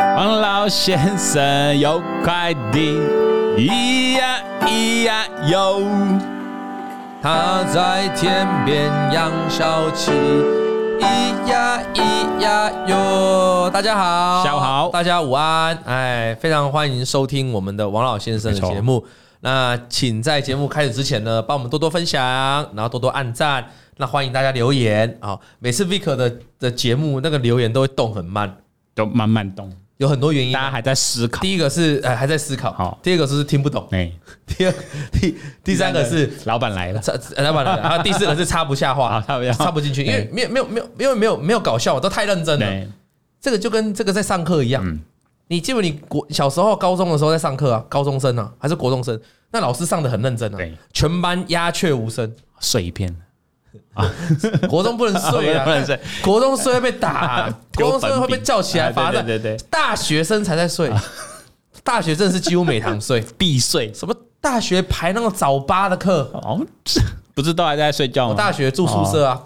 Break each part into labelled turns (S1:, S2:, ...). S1: 老先生有快递，咿呀咿呀哟。
S2: 他在天边养小鸡，咿呀咿呀哟！大家好，
S1: 下午好
S2: 大家午安，哎，非常欢迎收听我们的王老先生的
S1: 没错
S2: 节目。那请在节目开始之前呢，帮我们多多分享，然后多多按赞。那欢迎大家留言啊、每次 Vick 的的节目那个留言都会动很慢，
S1: 都慢慢动，
S2: 有很多原因
S1: 大
S2: 啊、
S1: 家还在思考。
S2: 第一个是哎还在思考，
S1: 好
S2: 第二个是听不懂，
S1: 哎，
S2: 第二第第三个是
S1: 老板来了，
S2: 插呃老板来了，然后第四个是插不下话
S1: 好，啊插不下话
S2: 插不进去，因为没有没有没有，因为没有没有搞笑，都太认真了。
S1: 对，
S2: 这个就跟这个在上课一样，
S1: 嗯
S2: 你记不？你国小时候高中的时候在上课啊，高中生啊还是国中生，那老师上的很认真啊
S1: 对，
S2: 全班鸦雀无声。
S1: 睡一片，
S2: 国中不能 睡啊，
S1: 不能睡，
S2: 国中睡会被打 啊，
S1: 丢
S2: 国中睡会
S1: 粉
S2: 被
S1: 笔
S2: 叫起来
S1: 啊
S2: 罚
S1: 对
S2: 站。
S1: 对对对，
S2: 大学生才 在睡，大学真的是几乎每堂睡，
S1: 必睡。
S2: 什么大学排那种早八的课，
S1: 哦， 这不是都还在睡觉
S2: 我
S1: 吗？
S2: 哦大学住宿舍啊，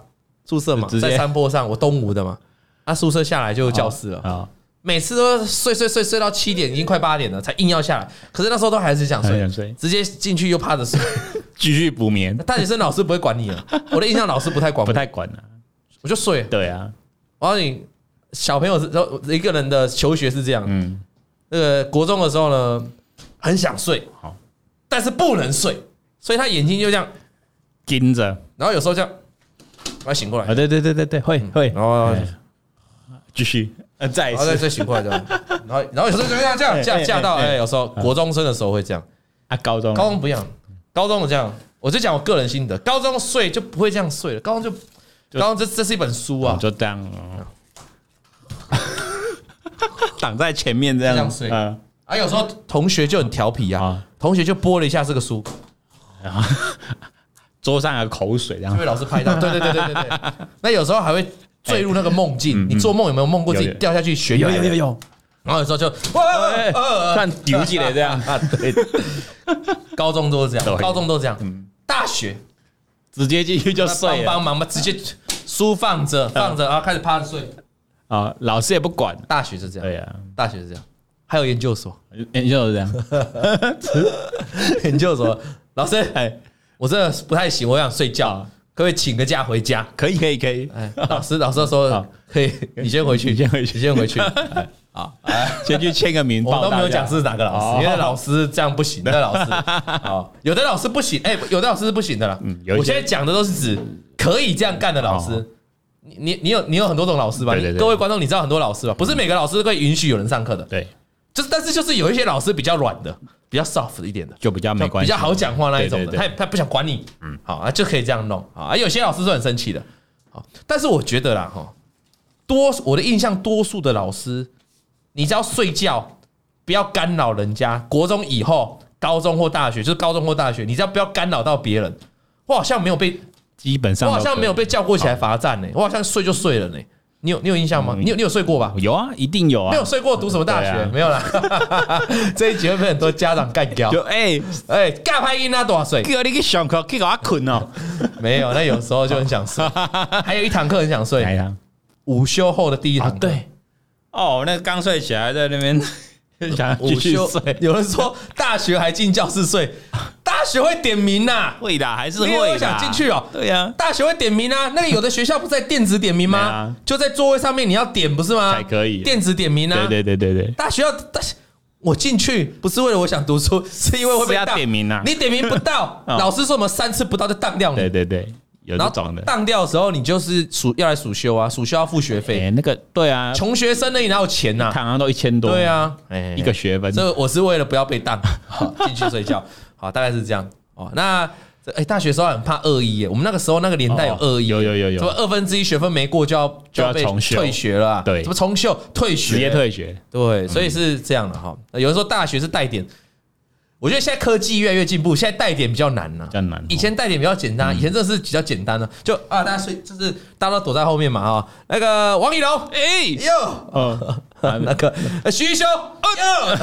S2: 宿舍嘛，
S1: 哦直接
S2: 在山坡上，我东吴的嘛，那宿舍下来就教室了，
S1: 啊，
S2: 每次都睡睡睡睡到七点，已经快八点了，才硬要下来。可是那时候都还是想
S1: 还
S2: 啊睡
S1: 想睡，
S2: 直接进去又趴着睡。
S1: 继续补眠，
S2: 大学生老师不会管你啊，我的印象老哦师不太管
S1: 不
S2: 我，
S1: 太管了。
S2: 我就睡。
S1: 对啊，
S2: 我告诉你，小朋友是一个人的求学是这样，
S1: 嗯，
S2: 那个国中的时候呢，很想睡
S1: 好，
S2: 但是不能睡，所以他眼睛就这样，
S1: 盯着
S2: 然后有时候这样，然后醒过来
S1: 啊，，对对对对对，会会
S2: 然，后
S1: 哎继续，呃，再一
S2: 然后再
S1: 次
S2: 再醒 过来这样，然后然后有时候就这样这样这样架到，哎，有时候
S1: 嗯
S2: 国中生的时候会这样，
S1: 啊，高中，
S2: 高中不一样，高中我这样，我就讲我个人心得，高中睡就不会这样睡了，高中就
S1: 就
S2: 高中这这是一本书
S1: 我
S2: 啊，
S1: 就这样，哦 挡在前面这
S2: 这
S1: 样
S2: 样睡
S1: 嗯，
S2: 啊，有时候同学就很调皮啊
S1: 啊，
S2: 同学就拨了一下这个书，
S1: 桌上有口水这
S2: 就
S1: 样，
S2: 被老师 拍到，对对对对对对，那有时候还会坠入那个梦境，你做梦有没有梦过自己
S1: 哎嗯有有
S2: 掉下去悬崖？
S1: 有有有，有，
S2: 然后有时候就
S1: 哎
S2: 呃
S1: 算丢起来这样，
S2: 啊，对，高中都是 这
S1: 都
S2: 样，
S1: 会
S2: 高中都是这样，
S1: 嗯
S2: 大学。
S1: 直接进去就
S2: 帮
S1: 睡了嗯
S2: 帮忙吧，直接书放着放着，然后开始趴着睡。
S1: 啊，老师也不管，
S2: 大学是这样，
S1: 对啊，
S2: 大学是这样，还有研究所，
S1: 也就是这样，
S2: 研究所老师，
S1: 哎，
S2: 我真的不太行，我想睡觉，可不可以请个假回家？
S1: 可以可以可以，
S2: 哎，老师，老师说
S1: 好
S2: 可以，你先回去，
S1: 你先回去
S2: 你先 回去。
S1: 啊先去签个名，
S2: 我
S1: 报
S2: 都
S1: 答
S2: 没有
S1: 一下
S2: 讲是哪个老
S1: 哦
S2: 师，因为老师这样不行，那个老 师，哦，有的老师不行，哎，有的老师是不行的啦
S1: 嗯有。一些
S2: 我现在讲的都是指可以这样干的老师
S1: 哦。
S2: 你你你有你有很多种老师吧？
S1: 对对
S2: 你
S1: 对
S2: 各位观众，你知道很多老师吧？不是每个老师都可以允许有人上课的。
S1: 对，
S2: 就是但是就是有一些老师比较软的，比较 soft 一点的，
S1: 就比啊较没关
S2: 比
S1: 系，
S2: 较好讲话那一种
S1: 对
S2: 的，
S1: 对对
S2: 他也他不想管你，嗯，好啊就可以这样弄好啊。有些老师是很生气的，好，但是我觉得啦哈，多我的印象多数的老师，你只要睡觉，不要干扰人家，国中以后。高中或大学，就是高中或大学，你只要不要干扰到别人。我好像没有被，
S1: 基本
S2: 我
S1: 上
S2: 好
S1: 都
S2: 像
S1: 可以
S2: 没有被叫过起来罚站呢、我好像睡就睡了呢、你有你有印象吗？
S1: 嗯
S2: 你有你有睡过吧？
S1: 有啊，一定有啊，
S2: 没有睡过读什么大学？
S1: 对啊
S2: 没有啦。 这一集会被很多家长干 掉。
S1: 就哎，
S2: 哎，尬拍音那多少睡？
S1: 哥你去上课去给我困哦，
S2: 没有，那有时候就很想 睡。还有一堂课很想睡，
S1: 来啦，
S2: 午休后的第一堂
S1: 啊
S2: 课。
S1: 对，哦，那刚睡起来在那边 想
S2: 午
S1: 继续
S2: 休
S1: 睡。
S2: 有人说大学还进教室睡，大学会点名呐、
S1: 会的，还是
S2: 你有没
S1: 会
S2: 有
S1: 的。
S2: 想进去哦
S1: 对呀、
S2: 大学会点名啊，那个有的学校不在电子点 名
S1: 对
S2: 吗
S1: 啊？
S2: 就在座位上面你要点不是吗？
S1: 才可以
S2: 电子点名啊。
S1: 对对对对对，
S2: 大学要大学，我进去不是为了我想读书，是因为会被
S1: 是要
S2: 当
S1: 点名啊
S2: 你点名不到，
S1: 哦
S2: 老师说我们三次不到就当掉
S1: 对
S2: 你。
S1: 对对，有
S2: 然
S1: 这
S2: 后
S1: 种的。
S2: 当掉的时候，你就是暑要来暑修啊，暑修要付学
S1: 哎、
S2: 费，
S1: 那个对啊，
S2: 穷学生那里哪有钱呐？
S1: 躺上都一千多，哎
S2: 对，啊，
S1: 一个学分。
S2: 这我是为了不要被当，好进去睡觉， 好，大概是这样哦。那这哎，大学时候很怕恶意耶，我们那个时候那个年代有恶意耶，
S1: 哦有有有有
S2: 什么二分之一学分没过就要
S1: 就要
S2: 被
S1: 重修
S2: 退学了啊，
S1: 对
S2: 什么重修退学，
S1: 直接退学，
S2: 对，所以是这样的哈。有人说大学是带点，我觉得现在科技越来越进步，现在带点比较难了、啊
S1: 比较难哦嗯
S2: 以前带点比较简单，以前这是比较简单的、就啊，大家睡就是大家都躲在后面嘛哈、那个王一龙，
S1: 哎、
S2: 哟，
S1: 哦，
S2: 那个呃徐一修，哟，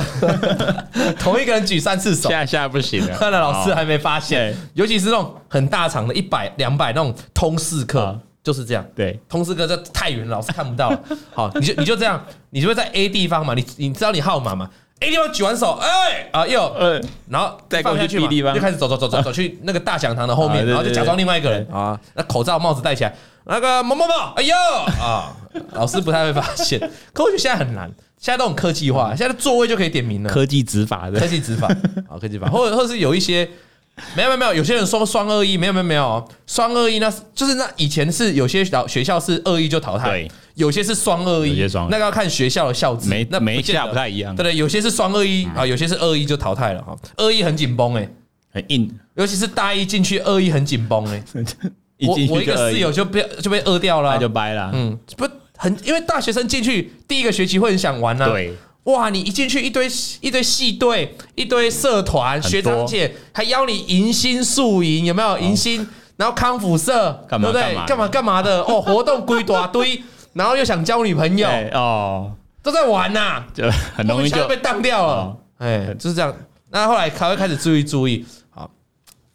S2: 同一个人举三次手
S1: 现。在现在不行 了，哦
S2: 看来老师还没发现
S1: 对，
S2: 尤其是那种很大场的，一百、两百那种通识课
S1: 啊，
S2: 就是这样。
S1: 对，
S2: 通知哥在太远了，老师看不到 了。好，你就你就这样，你就会在 A 地方嘛，你你知道你号码嘛？A 地方举完手，哎啊右，
S1: 呃，
S2: 然后
S1: 再过去
S2: 放下去
S1: B 地
S2: 嘛，
S1: 方
S2: 就开始走走走走走去那个大讲堂的后
S1: 啊
S2: 面，
S1: 对
S2: 然后就
S1: 对
S2: 假装
S1: 对
S2: 另外一个人啊，那口罩帽子戴起来，那个某某某，哎呦啊，老师不太会发现，可我觉得现在很难，现在都很科技化，现在座位就可以点名了，
S1: 科技执法
S2: 科
S1: 的，
S2: 技执 法啊，科技执法，或者或者是有一些。没有没有没有，有些人说双二一，没有没有没有，双二一那是就是那以前是有些老学校是二一就淘汰
S1: 对，
S2: 有些是双二
S1: 有
S2: 一
S1: 些双二一，
S2: 那个要看学校的校制，
S1: 每
S2: 那
S1: 每一
S2: 见得
S1: 下不太一样嗯
S2: 对，对，有些是双二一啊，有些是二一就淘汰了哈，二一很紧绷哎，
S1: 很硬，
S2: 尤其是大一进去二一很紧绷哎，
S1: 一
S2: 我
S1: 进
S2: 我
S1: 去
S2: 一
S1: 就
S2: 个
S1: 而
S2: 室
S1: 已，
S2: 友就被就被饿掉了
S1: 那
S2: 啊，
S1: 就掰了。
S2: 嗯，不很因为大学生进去第一个学期会很想玩呐，啊
S1: 对，
S2: 哇！你一进去一堆一堆系队、一堆社团、
S1: 多
S2: 学长姐，还邀你迎新宿营，有没有？迎新，然后康复社，
S1: 哦干嘛
S2: 对不
S1: 干
S2: 对
S1: 嘛？
S2: 干嘛干嘛的？ 哦，活动归大堆，然后又想交女朋友，
S1: 对哦，
S2: 都在玩呐、
S1: 就很
S2: 莫
S1: 容
S2: 名
S1: 易
S2: 其妙
S1: 就
S2: 被当掉了
S1: 哦。
S2: 哎，就是这样。那后来才会开始注意注意。好，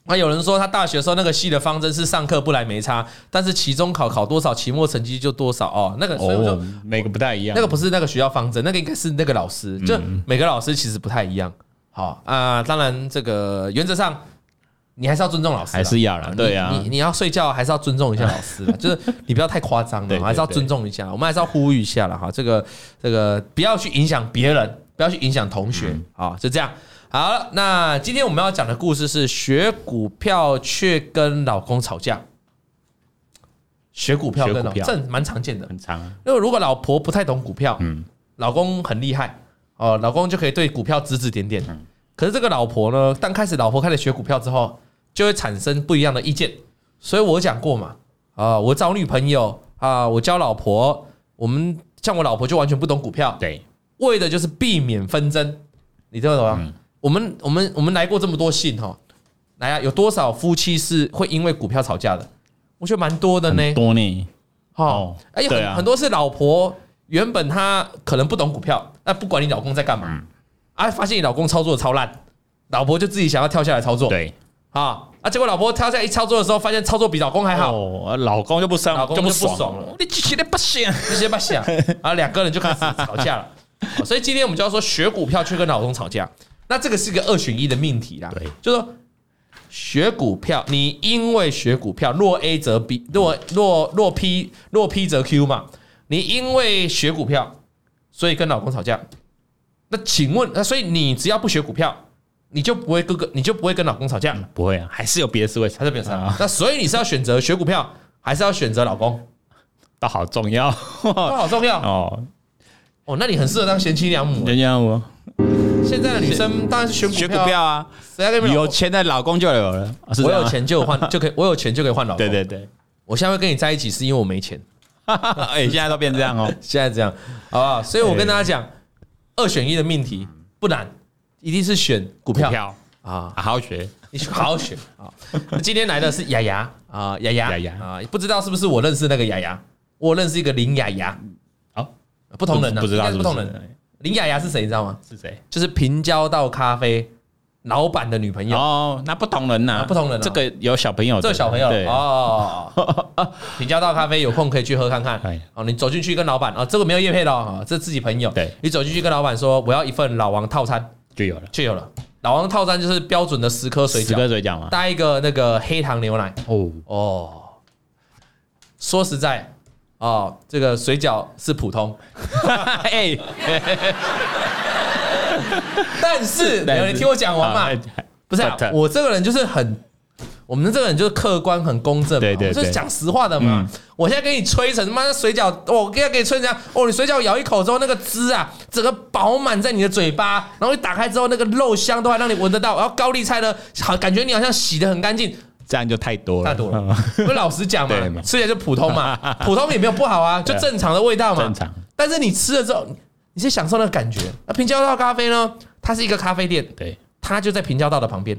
S2: 那有人说他大学的时候那个系的方针是上课不来没差，但是期中考考多少，期末成绩就多少哦。那个所以我说
S1: 哦，每个不太一样。
S2: 那个不是那个学校方针，那个应该是那个老师，
S1: 嗯
S2: 就每个老师其实不太一样。好啊、当然这个原则上你还是要尊重老师啦，
S1: 还是要啦
S2: 你
S1: 对啊
S2: 你你要睡觉还是要尊重一下老 师啦，就是你不要太夸张
S1: 对
S2: 了，
S1: 对
S2: 还是要尊重一下，我们还是要呼吁一下了哈，这个这个不要去影响别人，不要去影响同学
S1: 嗯哦
S2: 啊，就这样。好了，那今天我们要讲的故事是学股票却跟老公吵架，学股票
S1: 学
S2: 跟
S1: 股
S2: 老
S1: 票
S2: 这蛮常见的，
S1: 很长啊，
S2: 因为如果老婆不太懂股票，
S1: 嗯
S2: 老公很厉害哦，老公就可以对股票指指点点。
S1: 嗯
S2: 可是这个老婆呢，当开始老婆开始学股票之后，就会产生不一样的意见。所以我讲过嘛，啊、我找女朋友啊、我交老婆，我们像我老婆就完全不懂股票，
S1: 对，
S2: 为的就是避免纷争，你听得懂吗？
S1: 嗯
S2: 我们我们我们来过这么多信哈、哦，来啊，有多少夫妻是会因为股票吵架的？我觉得蛮多的呢。
S1: 很多呢，
S2: 哦
S1: 哦，
S2: 而且
S1: 对
S2: 很、
S1: 啊
S2: 很多是老婆原本她可能不懂股票，那不管你老公在干嘛，
S1: 嗯
S2: 啊，发现你老公操作得超烂，老婆就自己想要跳下来操作，
S1: 对，
S2: 啊啊，结果老婆跳下来一操作的时候，发现操作比老公还好，
S1: 哦，老公就不
S2: 老
S1: 爽，
S2: 公就
S1: 不
S2: 不爽了
S1: 了，你这些的不行，
S2: 这些不想啊，两个人就开始吵架了。好所以今天我们就要说学股票却跟老公吵架，那这个是一个二选一的命题啦，
S1: 对，
S2: 就说。学股票，你因为学股票，若 A 则 B，若若若 P 若 P 则 Q 嘛。你因为学股票，所以跟老公吵架。那请问，那所以你只要不学股票，你就不会跟个，你就不会跟老公吵架，
S1: 不会啊，还是有别的思维，
S2: 还是变成
S1: 啊，
S2: 那所以你是要选择学股票，还是要选择老公？
S1: 倒好重要
S2: 这好重要
S1: 哦，
S2: 哦。那你很适合当贤妻良母。
S1: 人家我
S2: 现在的女生当然是选股
S1: 学股
S2: 票啊，
S1: 票啊，
S2: 谁在跟你
S1: 有
S2: 有？
S1: 钱的老公就有了，啊是
S2: 我
S1: 这样
S2: 有
S1: 啊，
S2: 钱就有换，就可以，我有钱就可以换老 公。
S1: 对对 对，
S2: 我现在会跟你在一起是因为我没钱，
S1: 哎，现在都变这样 哦，
S2: 现在这样，好不好？所以我跟大家讲，二选一的命题不难，一定是选股
S1: 股
S2: 票
S1: 票
S2: 啊，
S1: 好好学，
S2: 你去好好选啊。那今天来的是雅雅啊，雅雅
S1: 雅雅
S2: 啊，不知道是不是我认识那个雅雅，我认识一个林雅雅，
S1: 哦，
S2: 不同人呢，啊
S1: 不知
S2: 应
S1: 道
S2: 该
S1: 是
S2: 是不
S1: 不
S2: 同
S1: 是
S2: 人。林雅雅是谁，你知道吗？
S1: 是谁？
S2: 就是平交道咖啡老板的女朋友。
S1: 哦，那不同人
S2: 啊
S1: 呐，
S2: 不同人啊
S1: 这个有小朋友的，
S2: 这个小朋友
S1: 对，
S2: 哦，平交道咖啡有空可以去喝看看
S1: 哎。
S2: 哦，你走进去跟老板啊、哦，这个没有叶配的哦，这自己朋友。
S1: 对，
S2: 你走进去跟老板说我要一份老王套餐，
S1: 就有了，
S2: 就有了。老王套餐就是标准的十颗水
S1: 十
S2: 饺，
S1: 个水饺嘛，
S2: 搭一个那个黑糖牛奶。
S1: 哦，
S2: 哦，说实在，哦，这个水饺是普通，
S1: 哎，
S2: 但是没有你听我讲完嘛，
S1: 嘛，
S2: 不是、啊
S1: 对，
S2: 我这个人就是很，我们这个人就是客观、很公正嘛，
S1: 对对
S2: 我就是
S1: 对嗯
S2: 讲实话的嘛。我现在给你吹成他妈水饺，我给给你吹成这样，哦，你水饺咬一口之后，那个汁啊，整个饱满在你的嘴巴，然后一打开之后，那个肉香都还让你闻得到。然后高丽菜呢，好感觉你好像洗的很干净。
S1: 这样就太多了，
S2: 太 多了因为老实讲
S1: 对
S2: 嘛，
S1: 嘛
S2: 吃起来就普 通嘛，普通也没有不好啊，就
S1: 对啊
S2: 正常的味道
S1: 嗯，
S2: 嘛
S1: 正。常，
S2: 但是你吃了之后，你是享受那个感觉。那平交道咖啡呢？它是一个咖啡店，
S1: 对，
S2: 它就在平交道的旁边。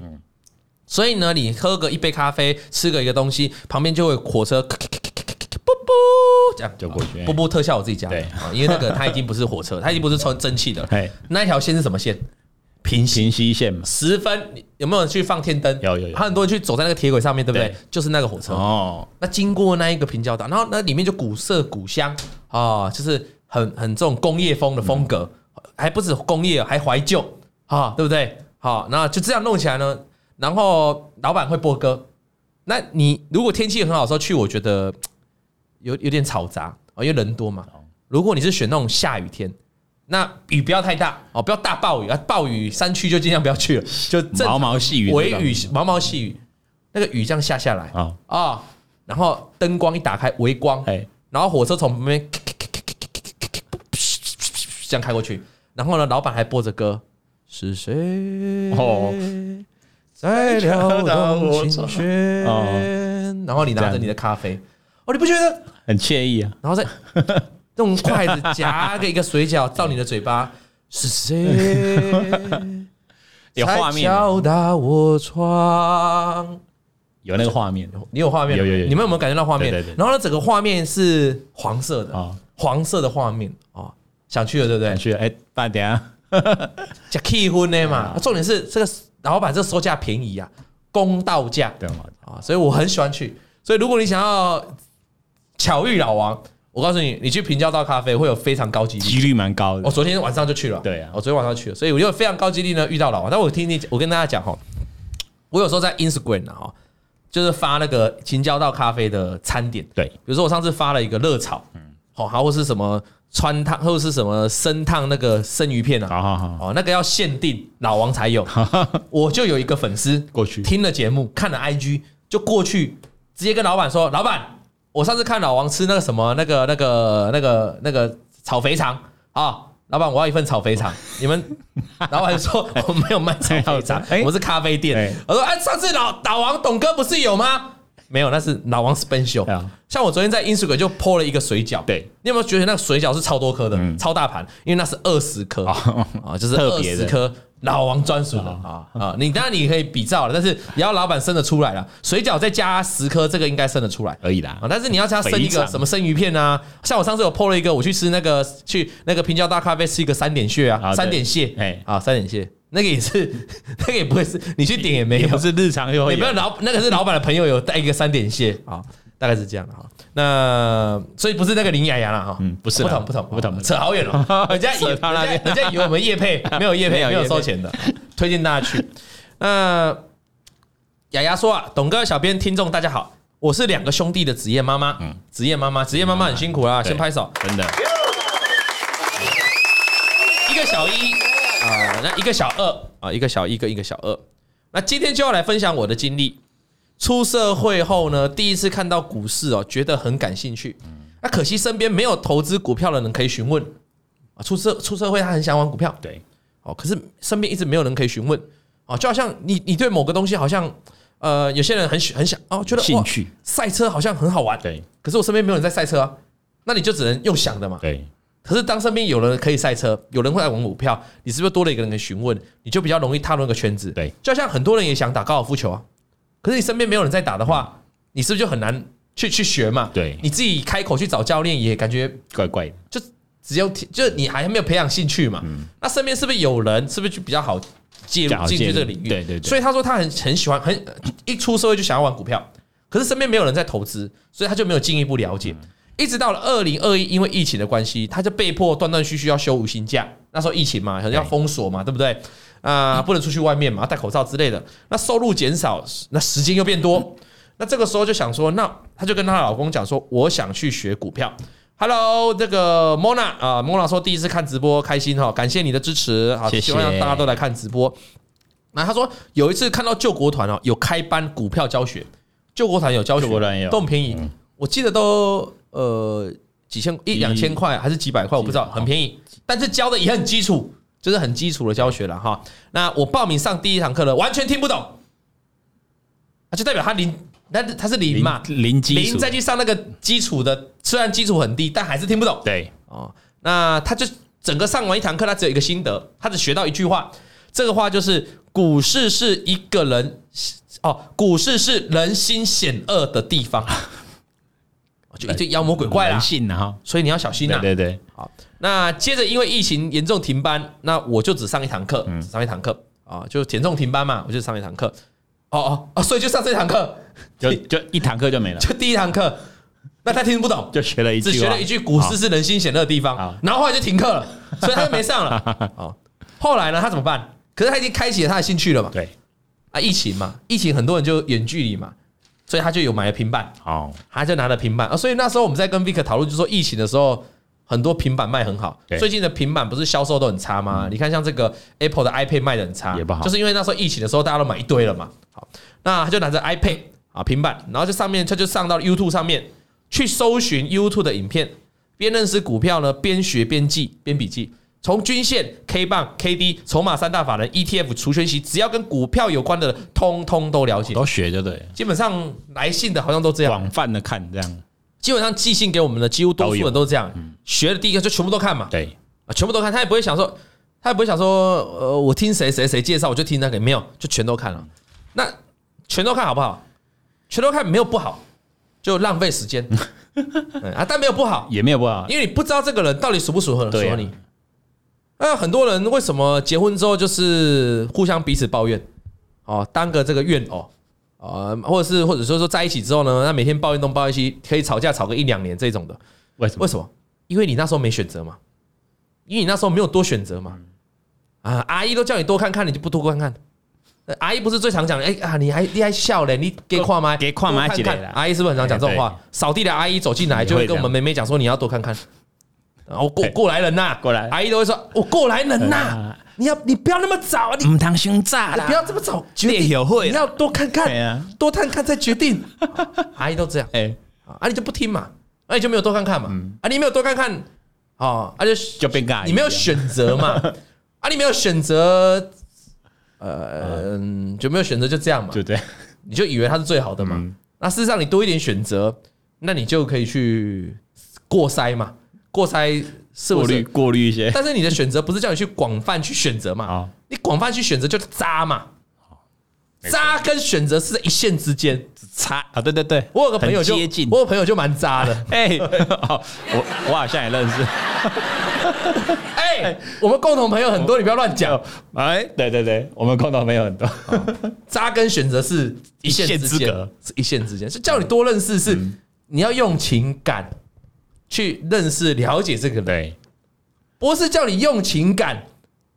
S2: 所以呢，你喝个一杯咖啡，吃个一个东西，旁边就会有火车，咔咔咔咔咔咔，啵啵，这样
S1: 就过去
S2: 啊啵啵特效我自己加的，
S1: 对
S2: 啊因为那个它已经不是火车，它已经不是穿蒸汽的了。
S1: 哎，
S2: 那一条线是什么线？平行
S1: 平息线嘛。
S2: 十分，你有没有人去放天灯？
S1: 有有有
S2: 还有很多人去走在那个铁轨上面，对不对
S1: 对？
S2: 就是那个火车。
S1: 哦，
S2: 那经过那一个平交道，然后那里面就古色古香啊，就是很很这种工业风的风格，还不止工业，还怀旧啊，对不对？好，那就这样弄起来呢。然后老板会播歌，那你如果天气很好的时候去，我觉得嘖有有点嘈杂哦，因为人多嘛。如果你是选那种下雨天，那雨不要太大哦，不要大暴雨啊，暴雨山区就尽量不要去了，就正
S1: 毛毛细雨，
S2: 微雨，毛毛细雨，那个雨这样下下来，
S1: 啊，
S2: 啊、然后灯光一打开，微光，
S1: 哎，
S2: 然后火车从旁边这样开过去，然后呢，老板还播着歌，是谁
S1: 哦
S2: 在撩动琴
S1: 哦
S2: 弦？然后你拿着你的咖啡，哦，你不觉得？
S1: 很惬意啊。
S2: 然后再用筷子夹个一个水饺到你的嘴巴，是谁？
S1: 有画面啊，
S2: 敲打我窗。
S1: 有那个画面
S2: 你有画面吗？
S1: 有有有
S2: 你们有没有感觉到画面？
S1: 对对对
S2: 然后呢，整个画面是黄色的，
S1: 啊，
S2: 黄色的画面哦，想去了对不
S1: 想
S2: 对？
S1: 去哎，大家
S2: 加 key 婚的
S1: 啊
S2: 嘛，重点是这个老板这个售价便宜啊，公道价
S1: 对嘛？
S2: 啊，所以我很喜欢去。所以如果你想要巧遇老王，我告诉你，你去平交道咖啡会有非常高级率。
S1: 几率蛮高
S2: 我
S1: 的。
S2: 昨天晚上就去了，
S1: 对啊
S2: 我昨天晚上去了，所以我就非常高几率呢遇到老王。但我听你，我跟大家讲哈，我有时候在 Instagram 啊，哦就是发那个青交道咖啡的餐点，
S1: 对，
S2: 比如说我上次发了一个热炒，嗯，好，还或是什么川烫，或是什么生烫那个生鱼片啊，
S1: 好好好，
S2: 哦，那个要限定老王才 有，我就有一个粉丝
S1: 过去
S2: 听了节目，看了 IG，就过去直接跟老板说：“老板，我上次看老王吃那个什么那个那个那个那个炒肥肠啊，老板我要一份炒肥 肠。你们老板就说我没有卖炒肥肠，
S1: 哎
S2: 我们是咖啡店
S1: 哎。
S2: 我说哎，上次老老王董哥不是有吗？没有，那是老王 special
S1: 对。啊，
S2: 像我昨天在 Instagram 就 po 了一个水饺，
S1: 对，
S2: 你有没有觉得那个水饺是超多颗的，
S1: 嗯
S2: 超大盘？因为那是二十颗
S1: 哦
S2: 啊，就是
S1: 特
S2: 二
S1: 别
S2: 十
S1: 的
S2: 颗老王专属的啊啊！你当然你可以比照了，但是也要老板生得出来了。水饺再加十颗，这个应该生得出来。
S1: 可以的啊
S2: 啊，。但是你要加生一
S1: 肥
S2: 个
S1: 肠
S2: 什么生鱼片啊？像我上次有 PO 了一个，我去吃那个去那个平交大咖啡吃一个三点蟹啊，
S1: 啊对
S2: 三点蟹，哎
S1: 哎
S2: 啊三点蟹，那个也是 那个也不会是你去点也没
S1: 也
S2: 有
S1: 不，是日常就会
S2: 你
S1: 有
S2: 不要老那个是老板的朋友有带一个三点蟹啊，大概是这样的哈。那所以不是那个林雅雅了哈，
S1: 嗯不是
S2: 不
S1: 啦
S2: 同不同
S1: 不同
S2: 扯好 远了。人家以
S1: 扯
S2: 人
S1: 到那
S2: 家
S1: 边
S2: 人家以为我们 叶配没有叶
S1: 没
S2: 配
S1: 有
S2: 没有
S1: 业配
S2: 收钱的，推荐大家去。那雅雅说啊，董哥、小编、听众大家好，我是两个兄弟的职业妈妈，职业妈妈，职业妈妈很辛苦啦，
S1: 嗯对
S2: 先拍手，
S1: 真的
S2: 一个小一啊，那一个小二啊，一个小一跟一个小二。那今天就要来分享我的经历。出社会后呢，第一次看到股市哦，觉得很感兴趣。那可惜身边没有投资股票的人可以询问啊。出社出社会，他很想玩股票
S1: 对，
S2: 哦，可是身边一直没有人可以询问哦，就好像你你对某个东西好像呃，有些人很喜很想哦，觉得
S1: 兴
S2: 哇，
S1: 趣
S2: 赛车好像很好玩，
S1: 对
S2: 可是我身边没有人在赛车啊，那你就只能用想的嘛。
S1: 对
S2: 可是当身边有人可以赛车，有人会来玩股票，你是不是多了一个人可以询问，你就比较容易踏入那个圈子？
S1: 对，
S2: 就像很多人也想打高尔夫球啊，可是你身边没有人在打的话，你是不是就很难去去学嘛？
S1: 对，
S2: 你自己开口去找教练也感觉
S1: 怪怪的，
S2: 就只有就你还没有培养兴趣嘛？
S1: 嗯
S2: 那身边是不是有人，是不是就比较好介
S1: 比较
S2: 入
S1: 好
S2: 进去
S1: 介入
S2: 这个领域？
S1: 对对对
S2: 所以他说他很很喜欢，很一出社会就想要玩股票，可是身边没有人在投资，所以他就没有进一步了
S1: 嗯
S2: 解。一直到了二零二一，因为疫情的关系，他就被迫断断续续要休无薪假。那时候疫情嘛，可能要封锁嘛，对不对？啊、不能出去外面嘛，戴口罩之类的。那收入减少，那时间又变多。那这个时候就想说，那她就跟她老公讲说，我想去学股票。Hello，这个 Mona 啊、m o n a 说第一次看直播开心哈、感谢你的支持，好，
S1: 谢谢
S2: 希望让大家都来看直播。那她说有一次看到救国团哦，有开班股票教学，救国团有教学，
S1: 救国团也有嗯
S2: 都很便宜，我记得都呃几千一两千块还是几百块，我不知道，很便宜，但是教的也很基础，就是很基础的教学了哈。那我报名上第一堂课了，完全听不懂，啊，就代表他零，那他是零嘛，
S1: 零基
S2: 零
S1: 础
S2: 再去上那个基础的，虽然基础很低，但还是听不懂
S1: 对
S2: 哦。那他就整个上完一堂课，他只有一个心得，他只学到一句话，这个话就是股市是一个人哦，股市是人心险恶的 地方，就一堆妖魔鬼怪啦
S1: 人，性啊哈，
S2: 所以你要小心呐、啊
S1: 对对对，
S2: 好，那接着因为疫情严重停班，那我就只上一堂课，只上一堂课啊，就减重停班嘛，我就上一堂课。哦哦哦，所以就上这堂课，
S1: 就就一堂课就没了，
S2: 就第一堂课，那他听不懂，
S1: 就学了一句话，
S2: 只学了一句“股市是人心险恶的地
S1: 好
S2: 方”，然后后来就停课了，所以他就没上了。 哦，后来呢，他怎么办？可是他已经开启了他的兴趣了嘛？
S1: 对，
S2: 啊，疫情嘛，疫情很多人就远距离嘛，所以他就有买了平板，
S1: 好，
S2: 他就拿了平板啊。所以那时候我们在跟 Vick 讨论，就说疫情的时候。很多平板卖很好
S1: 对，嗯
S2: 最近的平板不是销售都很差吗？你看像这个 Apple 的 iPad 卖的很差，
S1: 也不好
S2: 就是因为那时候疫情的时候大家都买一堆了嘛。好，那他就拿着 iPad 啊平板，然后就上面他就上到 YouTube 上面去搜寻 YouTube 的影片，边认识股票呢，边学边记边笔记，从均线、K 棒、K D、筹码三大法人、ETF、除权息，只要跟股票有关的，通通都了解。
S1: 都学就对了，
S2: 基本上来信的好像都这样，
S1: 广泛的看这样，
S2: 基本上寄信给我们的几乎多数人都这样，学的第一个就全部都看嘛，
S1: 对，
S2: 啊，全部都看，他也不会想说，他也不会想说，呃，我听谁谁谁介绍，我就听那个，没有，就全都看了。那全都看好不好？全都看没有不好，就浪费时间嗯啊，但没有不好，
S1: 也没有不好，
S2: 因为你不知道这个人到底符不符合
S1: 啊对
S2: 符
S1: 啊
S2: 合你。那很多人为什么结婚之后就是互相彼此抱怨哦，当个这个怨偶啊、呃或者是或者说说在一起之后呢，那每天抱怨东抱怨西，可以吵架吵个一两年这种的，
S1: 为什么
S2: 为什么？因为你那时候没选择嘛，因为你那时候没有多选择嘛。啊，阿姨都叫你多看看，你就不多看看。呃阿姨不是最常讲，哎、啊，你还你还笑嘞，你给跨吗？
S1: 给看麦
S2: 吗？
S1: 一下啦哎
S2: 阿姨是不是很常讲这种话？扫地的阿姨走进来就会跟我们妹妹讲说，你要多看看。啊我过
S1: 对
S2: 过来人呐、
S1: 哦过来
S2: 阿姨都会说，我哦过来人呐、
S1: 啊
S2: 你要你不要那么早啊，你
S1: 唔通胸炸啦
S2: 不要这么早决
S1: 你
S2: 定，
S1: 也会啦
S2: 你要多看
S1: 对
S2: 看
S1: 啊，
S2: 多看看再决定。 阿姨都这样。
S1: 哎，
S2: 啊，你就不听嘛，啊，你就没有多看看嘛，啊，你没有多看看，哦，啊就
S1: 嗯就变尬，
S2: 你没有选 择嘛，啊，你没有选择，呃，嗯就没有选择就这样嘛，
S1: 就嗯这样，
S2: 你就以为它是最好的嘛，那事实上你多一点选择，那你就可以去过筛嘛，过筛是
S1: 过
S2: 不
S1: 滤
S2: 是？
S1: 过滤一些，
S2: 但是你的选择不是叫你去广泛去选择嘛，
S1: 好，
S2: 你广泛去选择就是渣嘛，
S1: 哦没错
S2: 渣跟选择是在一线之间。
S1: 差啊，对对对，
S2: 我有个朋友
S1: 很
S2: 就
S1: 接近，
S2: 我有个朋友就蛮渣的，
S1: 哎，哦我我好像也认识，
S2: 哎、我们共同朋友很多，你不要乱讲。
S1: 哎，对对对，我们共同没有很多，
S2: 扎根选择是一线
S1: 一线之
S2: 之间
S1: 隔，嗯
S2: 是一线之间，是叫你多认识，是你要用情感去认识、了解这个人，
S1: 对，
S2: 不是叫你用情感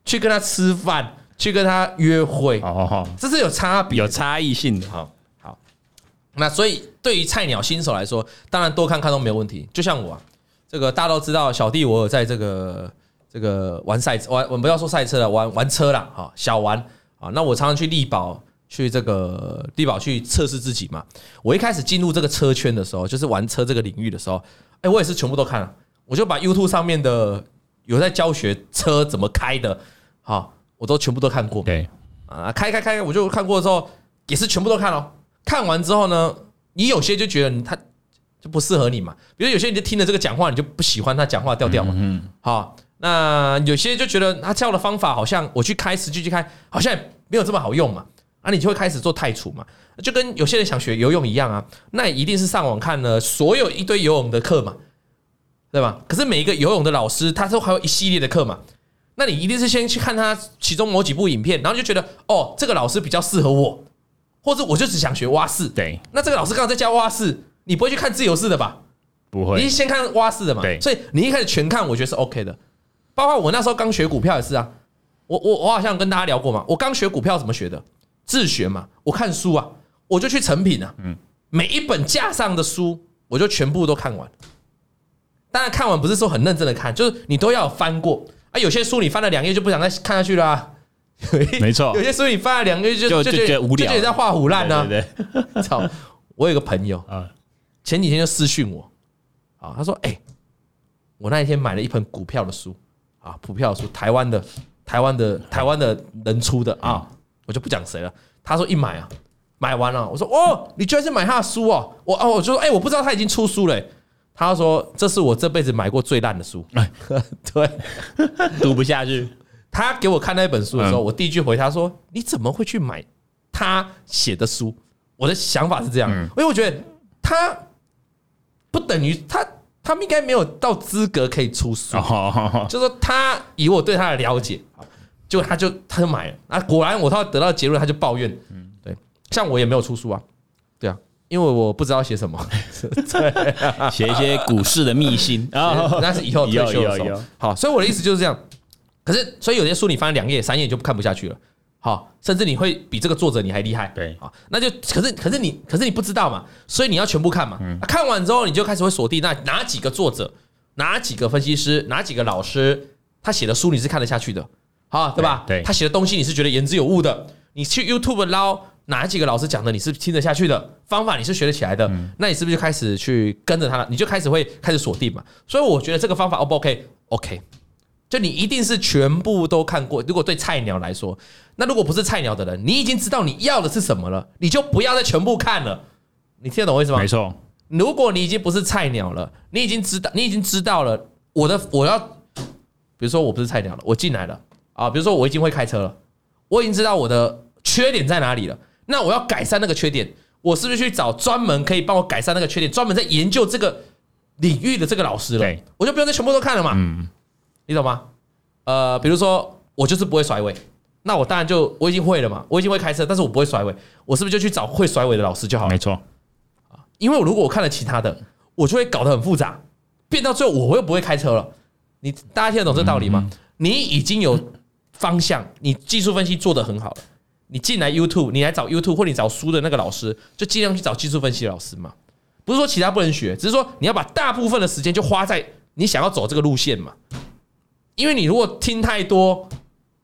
S2: 去跟他吃饭、去跟他约会，
S1: 哦，
S2: 这是有差 别。
S1: 有差异性的，
S2: 好，好，那所以对于菜鸟新手来说，当然多看看都没有问题。就像我、啊，这个大家都知道，小弟我有在这个这个玩赛车，玩我们不要说赛车了，玩玩车啦，哈，小玩啊。那我常常去力宝去这个力宝去测试自己嘛。我一开始进入这个车圈的时候，就是玩车这个领域的时候，哎、我也是全部都看了，我就把 YouTube 上面的有在教学车怎么开的，好，我都全部都看过。
S1: 对，
S2: 啊，开开开，我就看过之后也是全部都看了、看完之后呢，你有些就觉得你他就不适合你嘛，比如有些你就听了这个讲话，你就不喜欢他讲话调调嘛。
S1: 嗯，
S2: 好，那有些就觉得他教的方法好像我去开实际去开，好像也没有这么好用嘛。啊，你就会开始做太厨嘛，就跟有些人想学游泳一样啊，那一定是上网看了所有一堆游泳的课嘛，对吧？可是每一个游泳的老师，他都还有一系列的课嘛，那你一定是先去看他其中某几部影片，然后就觉得哦，这个老师比较适合我，或者我就只想学蛙式，
S1: 对，
S2: 那这个老师刚好在教蛙式，你不会去看自由式的吧？
S1: 不
S2: 你
S1: 会
S2: 是，先看蛙式的嘛，
S1: 对
S2: 所以你一开始全看，我觉得是 OK 的。包括我那时候刚学股票也是啊，我我我好像跟大家聊过嘛，我刚学股票怎么学的？自学嘛，我看书啊，我就去成品啊，
S1: 嗯
S2: 每一本架上的书我就全部都看完。当然看完不是说很认真的看，就是你都要有翻过啊。有些书你翻了两页就不想再看下去啦、
S1: 没错
S2: 有，些书你翻了两页就
S1: 哦就就
S2: 觉
S1: 觉得无聊
S2: 就觉得在画虎烂啊呢、
S1: 对对对
S2: 操！我有个朋友
S1: 啊，
S2: 前几天就私讯我啊，他说：“哎、我那一天买了一本股票的书啊，股票的书，台湾的，台湾的，台湾的人出的啊，我就不讲谁了。”他说：“一买啊，买完了、我说：“哦，你居然是买他的书哦！”我哦，我就说：“哎、我不知道他已经出书了、欸他说：“这是我这辈子买过最烂的书。” 对，
S1: 哎读不下去，
S2: 他给我看那本书的时候，我第一句回他说：“你怎么会去买他写的书？”我的想法是这样，因为我觉得他不等于他他们应该没有到资格可以出 书，
S1: 哦，
S2: 就说他以我对他的了解，就他就他就买了，啊，果然我他得到结论，他就抱怨，嗯，对，像我也没有出书啊，对啊，因为我不知道写什么，
S1: 写一些股市的秘 辛啊，
S2: 那是以后退休的时
S1: 以后以后以
S2: 候
S1: 后。
S2: 好，所以我的意思就是这样。可是，所以有些书你翻两页、三页你就看不下去了。好，甚至你会比这个作者你还厉害。
S1: 对
S2: 好，那就可是可是你可是你不知道嘛，所以你要全部看嘛。啊看完之后，你就开始会锁定那哪几个作者、哪几个分析师、哪几个老师，他写的书你是看得下去的，好，对吧？
S1: 对对
S2: 他写的东西你是觉得言之有物的，你去 YouTube 捞哪几个老师讲的你是听得下去的，方法你是学得起来的，
S1: 嗯
S2: 那你是不是就开始去跟着他了？你就开始会开始锁定嘛。所以我觉得这个方法 O 不 OK？OK，、就你一定是全部都看过。如果对菜鸟来说，那如果不是菜鸟的人，你已经知道你要的是什么了，你就不要再全部看了。你听得懂我意思吗
S1: 没？错，
S2: 如果你已经不是菜鸟了，你已经知道，你已经知道了我的我要，比如说我不是菜鸟了，我进来了啊，比如说我已经会开车了，我已经知道我的缺点在哪里了，那我要改善那个缺点，我是不是去找专门可以帮我改善那个缺点，专门在研究这个领域的这个老师了
S1: 对？
S2: 我就不用再全部都看了嘛，
S1: 嗯，
S2: 你懂吗？呃，比如说我就是不会甩尾，那我当然就我已经会了嘛，我已经会开车，但是我不会甩尾，我是不是就去找会甩尾的老师就好了
S1: 没？错，
S2: 因为如果我看了其他的，我就会搞得很复杂，变到最后我又不会开车了。你大家听得懂这道理吗？你已经有方向，你技术分析做得很好了。你进来 YouTube，你来找 YouTube 或你找书的那个老师，就尽量去找技术分析的老师嘛。不是说其他不能学，只是说你要把大部分的时间就花在你想要走这个路线嘛。因为你如果听太多，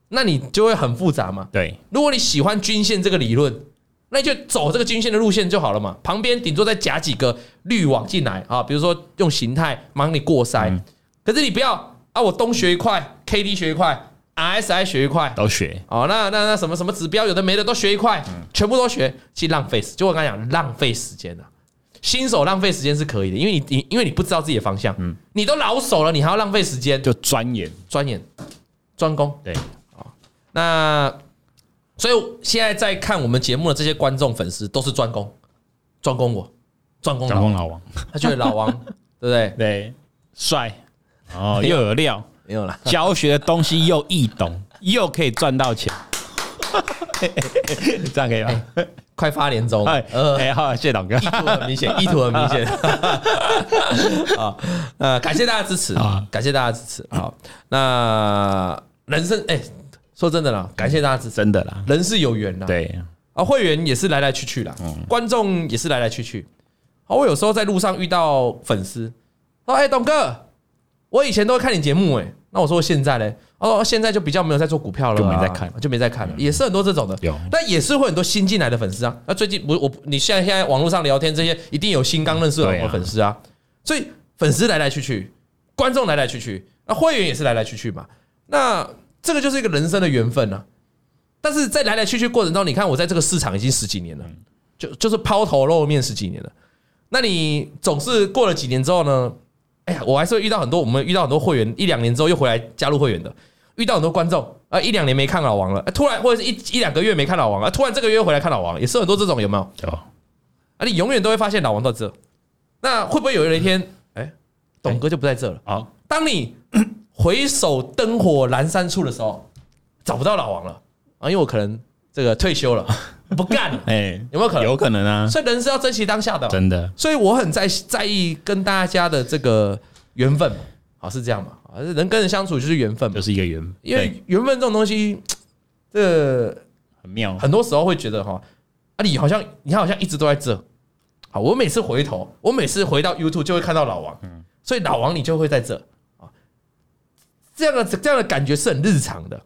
S2: 那你就会很复杂嘛。
S1: 对，
S2: 如果你喜欢均线这个理论，那你就走这个均线的路线就好了嘛。旁边顶多再夹几个滤网进来啊，比如说用形态帮你过筛。可是你不要啊，我东学一块，K D 学一块，RSI 学一块，
S1: 都学，
S2: 哦，那那那什么什么指标有的没的都学一块，全部都学，其实浪费时。就我刚才讲，浪费时间啊。新手浪费时间是可以的，因为你你因为你不知道自己的方向，你都老手了，你还要浪费时间，
S1: 就钻研，
S2: 钻研、专攻。哦
S1: 对，
S2: 那所以现在在看我们节目的这些观众粉丝都是专攻，专攻我，专攻
S1: 掌
S2: 老，
S1: 控老王，
S2: 他觉得老王对不对？
S1: 对，帅，哦， 又有料，
S2: 没有啦，
S1: 教学的东西又易懂， 又可以赚到钱， 这样可以吗？
S2: 快发年终，
S1: 哎，
S2: 呃，
S1: 哎，好，谢谢董哥
S2: 意图很明显，意图很明显 啊，呃，感谢大家支持
S1: 啊
S2: 感谢大家支持。好，那人生哎，说真的啦，感谢大家支持，
S1: 真的啦，
S2: 人是有缘 的，
S1: 对，
S2: 啊，会员也是来来去去啦，
S1: 嗯
S2: 观众也是来来去去。啊，我有时候在路上遇到粉丝，说：“哎，董哥，我以前都会看你节目，哎，那我说现在嘞，哦，现在就比较没有在做股票了啊，
S1: 就没在看嗯
S2: 就没在看了，也是很多这种的，
S1: 有
S2: 但也是会很多新进来的粉丝啊。那最近不，我你现在现在网络上聊天这些，一定有新刚认识的
S1: 对啊
S2: 我粉丝啊，所以粉丝来来去去，观众来来去去，那会员也是来来去去嘛，那这个就是一个人生的缘分啊。但是在来来去去过程中，你看我在这个市场已经十几年
S1: 嗯
S2: 了，就就是抛头露面十几年了。那你总是过了几年之后呢？哎呀，我还是会遇到很多，我们遇到很多会员，一两年之后又回来加入会员的，遇到很多观众啊，一两年没看老王了，啊突然或者是一一两个月没看老王啊，突然这个月又回来看老王，也是很多这种有没有？
S1: 有，
S2: 啊，你永远都会发现老王到这，那会不会有一天，哎，董哥就不在这了？
S1: 好，
S2: 当你回首灯火阑珊处的时候，找不到老王了啊，因为我可能这个退休了， 不干了，
S1: 哎，
S2: 有没有可能？
S1: 有可能啊，
S2: 所以人是要珍惜当下的哦，
S1: 真的，
S2: 所以我很在在意跟大家的这个缘分嘛，啊，是这样嘛？啊，人跟人相处就是缘分嘛
S1: 就，是一个缘，对
S2: 因为缘分这种东西，这个
S1: 很妙，
S2: 很多时候会觉得哈，啊，你好像你好像一直都在这。好，我每次回头，我每次回到 YouTube 就会看到老王，所以老王你就会在这啊，这样的这样的感觉是很日常的。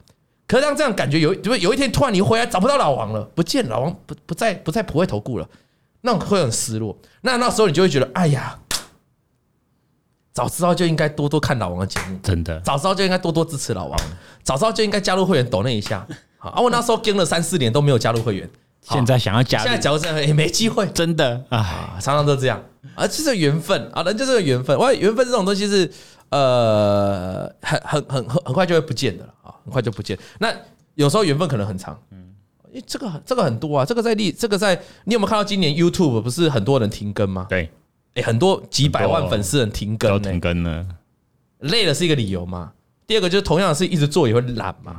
S2: 可是让这样感觉有，就是有一天突然你回来找不到老王了，不见老王不不在不在普惠投顾了，那种会很失落。那那时候你就会觉得，哎呀，早知道就应该多多看老王的节目，
S1: 真的，
S2: 早知道就应该多多支持老王，早知道就应该加入会员抖那一下。好啊，我那时候跟了三四年都没有加入会员，好
S1: 现在想要加
S2: 现在
S1: 入，
S2: 加入这样也哎没机会
S1: 真的，哎，
S2: 啊，常常都这样啊，就是缘分啊，人就是个缘分。我觉得缘分这种东西是呃，很很很很很快就会不见的了啊，很快就不见。那有时候缘分可能很长，嗯，因为这个这个很多啊，这个在历这个在你有没有看到今年 YouTube 不是很多人停更吗？
S1: 对，
S2: 哎、哎，很多几百
S1: 很
S2: 万
S1: 多
S2: 粉丝很停更
S1: 要
S2: 呢、
S1: 停更了。
S2: 累了是一个理由嘛。第二个就是同样是一直做也会懒嘛，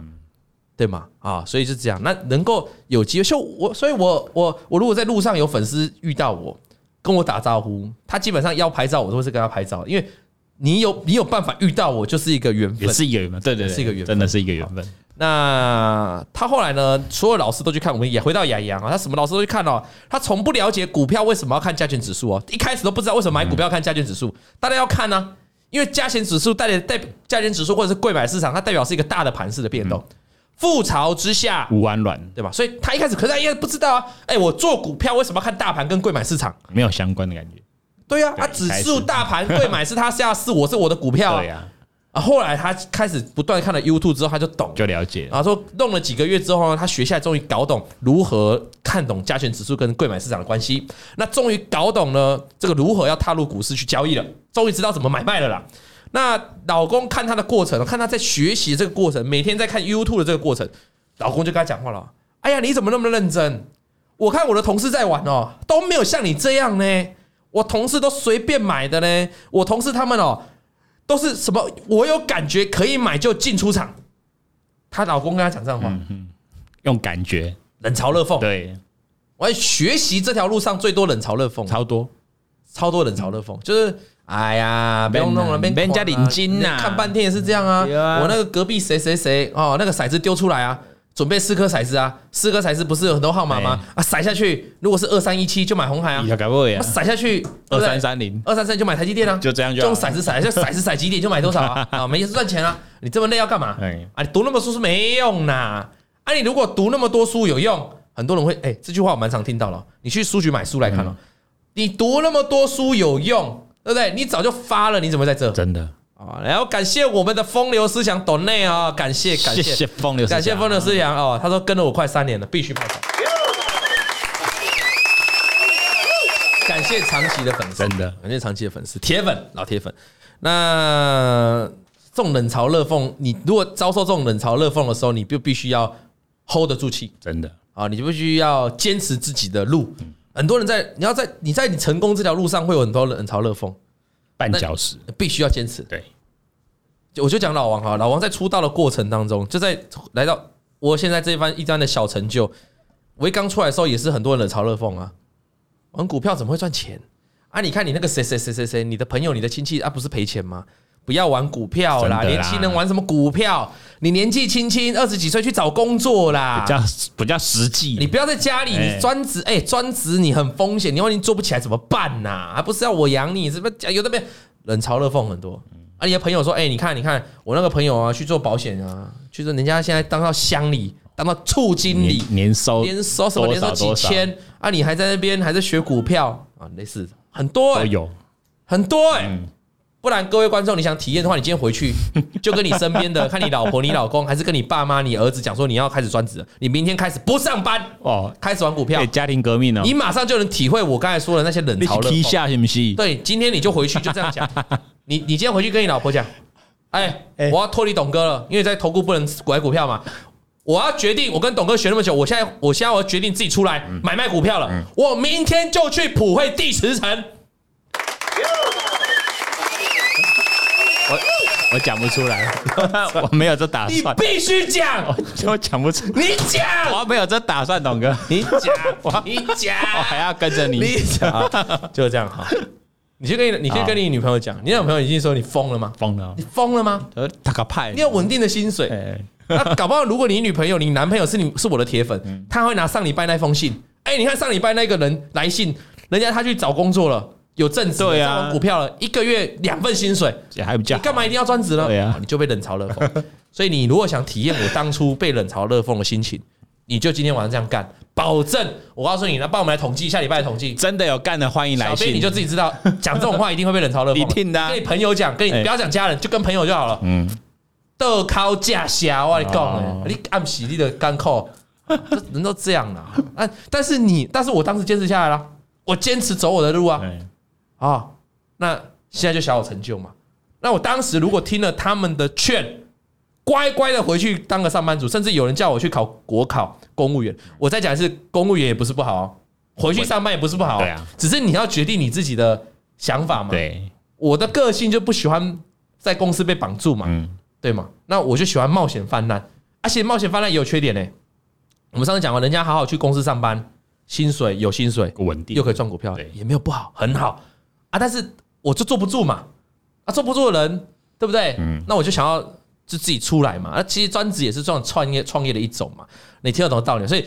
S2: 对吗？啊，所以是这样。那能够有机会，就我，所以我我我如果在路上有粉丝遇到我，跟我打招呼，他基本上要拍照，我都会是跟他拍照，因为你有你有办法遇到我，就是一个缘
S1: 也
S2: 分。
S1: 是一个缘分，对对对，
S2: 是一个缘分
S1: 真的是一个缘分。
S2: 那他后来呢，所有老师都去看，我们也回到雅阳啊，他什么老师都去看哦。他从不了解股票为什么要看加权指数哦，一开始都不知道为什么买股票要看加权指数，大家要看呢、因为加权指数代表代加权指数或者是贵买市场，它代表是一个大的盘势的变动。
S1: 嗯
S2: 覆巢之下，
S1: 五安软
S2: 对吧？所以他一开始可是他也不知道啊，哎，我做股票为什么要看大盘跟贵买市场？
S1: 没有相关的感觉，
S2: 对啊，
S1: 对
S2: 啊，指
S1: 开
S2: 数
S1: 始
S2: 大盘贵买是他下市，我是我的股票 啊
S1: 对。呀，
S2: 啊，后来他开始不断看了 YouTube 之后，他就懂了。
S1: 就了解了。
S2: 然后说弄了几个月之后呢，他学下来终于搞懂如何看懂加权指数跟贵买市场的关系，那终于搞懂了这个如何要踏入股市去交易了，终于知道怎么买卖了啦。那老公看他的过程，看他在学习这个过程，每天在看 YouTube 的这个过程，老公就跟他讲话了：“哎呀，你怎么那么认真？我看我的同事在玩哦，都没有像你这样呢。我同事都随便买的呢，我同事他们哦，都是什么？我有感觉可以买就进出场。”她老公跟她讲这样的话，
S1: 用感觉，
S2: 冷嘲热讽。
S1: 嗯对，
S2: 我在学习这条路上最多冷嘲热讽，超
S1: 超多，
S2: 超多冷嘲热讽，就是哎呀，不用弄了，
S1: 别
S2: 别
S1: 人别人家领巾呐
S2: 啊看半天也是这样啊。
S1: 对啊
S2: 我那个隔壁谁谁谁哦，那个骰子丢出来啊。准备四颗骰子啊，四颗骰子不是有很多号码吗？
S1: 哎
S2: 啊，骰下去，如果是二三一七就买红海啊
S1: 以，后搞不呀
S2: 那，骰下去
S1: 二三三零
S2: 二三三就买台积电啊，
S1: 就这样
S2: 就
S1: 就好
S2: 用骰子骰，就骰子骰几点就买多少啊， 啊，没事赚钱啊，你这么累要干嘛？
S1: 哎
S2: 啊，你读那么多书是没用呐，啊，你如果读那么多书有用，很多人会，哎，这句话我蛮常听到了，你去书局买书来看了，哦你读那么多书有用，对不对？你早就发了，你怎么会在这？
S1: 真的，
S2: 啊，然后感谢我们的风流思想董内啊，感谢感
S1: 谢
S2: 谢
S1: 谢风流，
S2: 感谢风流思想哦，他说跟了我快三年了，必须拍手。感谢长期的粉丝，
S1: 真的
S2: 感谢长期的粉丝，铁粉老铁粉。那这种冷嘲热讽，你如果遭受这种冷嘲热讽的时候，你就必须要 hold 得住气
S1: 真的，
S2: 啊，你就必须要坚持自己的路。很多人在你要在你在你成功这条路上会有很多冷嘲热讽，
S1: 绊脚石，
S2: 必须要坚持。
S1: 对，
S2: 就我就讲老王哈，老王在出道的过程当中，就在来到我现在这一番一番的小成就，我一刚出来的时候也是很多人冷嘲热讽啊，玩股票怎么会赚钱啊？你看你那个谁谁谁谁谁，你的朋友、你的亲戚啊，不是赔钱吗？不要玩股票啦，
S1: 真的啦
S2: 年轻人玩什么股票？你年纪轻轻，二十几岁去找工作啦
S1: 比，较比较实
S2: 啊你
S1: 际，
S2: 不要在家里，
S1: 哎
S2: 你专职哎，专职你很风险，你万一做不起来怎么办呐、还不是要我养你？是不是有的没有冷嘲热讽很多
S1: 嗯
S2: 啊？你的朋友说，哎、你看，你看，我那个朋友啊，去做保险啊，去做人家现在当到乡里，当到处经理，
S1: 年年收
S2: 年收什么
S1: 多
S2: 年收
S1: 少
S2: 几千啊，你还在那边还在学股票啊，类似很多、
S1: 多少
S2: 哎
S1: 都有，嗯
S2: 很多哎、不然各位观众，你想体验的话，你今天 回去就跟你身边的，看你老婆、你老公，还是跟你爸妈、你儿子讲说你要开始专职了，你明天开始不上班，
S1: 哦，
S2: 开始玩股票
S1: 对，，家庭革命哦，
S2: 你马上就能体会我刚才说的那些冷
S1: 你
S2: 嘲热
S1: 踢
S2: 讽。
S1: 下行不行？
S2: 对，今天你就回去就这样讲，你你今天回去跟你老婆讲，哎，
S1: 哎
S2: 我要脱离董哥了，因为在投顾不能买股票嘛。我要决定，我跟董哥学那么久，我现在我现在我要决定自己出来买卖股票了，我明天就去普惠第十城。
S1: 我我讲不出 来，我没有这打
S2: 你
S1: 算，
S2: 必须讲，
S1: 我讲不出，
S2: 你讲，
S1: 我没有这打算，董哥，
S2: 你讲，你
S1: 我哦还
S2: 讲，
S1: 要跟着 你，
S2: 你讲，就这样哈。你去跟你，你去跟你女朋友讲，你女朋友已经说你疯了吗？
S1: 疯了哦
S2: 你，疯了吗？
S1: 呃，打个派，
S2: 你有稳定的薪水，
S1: 哎，
S2: 那搞不好，如果你女朋友、你男朋友是你是我的铁
S1: 嗯
S2: 粉，他会拿上礼拜那封信。哎，你看上礼拜那个人来信，人家他去找工作了，有正职了，
S1: 对啊
S2: 在玩股票了，一个月两份薪水，
S1: 这还比较
S2: 你
S1: 好
S2: 干嘛一定要专职呢？哦
S1: 对啊
S2: 你就被冷嘲热讽。 所以你如果想体验我当初被冷嘲热讽的心情，你就今天晚上这样干，保证我告诉你，那帮我们来统计下礼拜的统计。
S1: 真的有干的，欢迎来
S2: 小
S1: 信，
S2: 编你就自己知道，讲这种话一定会被 冷嘲热讽。
S1: 一定的啊
S2: 跟你朋友讲，跟你
S1: 哎
S2: 不要讲家人，就跟朋友就好了。
S1: 嗯，
S2: 豆靠架虾，我跟你讲
S1: 哦
S2: 你暗喜你的干扣，这人都这样啦。啊， 但是你，但是我当时坚持下来了，我坚持走我的路啊
S1: 哎
S2: 啊，那现在就小有成就嘛。那我当时如果听了他们的劝，乖乖的回去当个上班族，甚至有人叫我去考国考公务员。我再讲一次，公务员也不是不好哦，回去上班也不是不好哦
S1: 对啊，
S2: 只是你要决定你自己的想法嘛。
S1: 对，
S2: 我的个性就不喜欢在公司被绑住嘛，
S1: 嗯
S2: 对嘛？那我就喜欢冒险泛滥，而且冒险泛滥也有缺点呢、我们上次讲过，人家好好去公司上班，薪水有薪水，
S1: 稳定
S2: 又可以赚股票
S1: 对，
S2: 也没有不好，很好啊。但是我就坐不住嘛，啊，坐不住的人，对不对？
S1: 嗯
S2: 那我就想要就自己出来嘛。那、其实专职也是这种创业创业的一种嘛，你听得懂道理。所以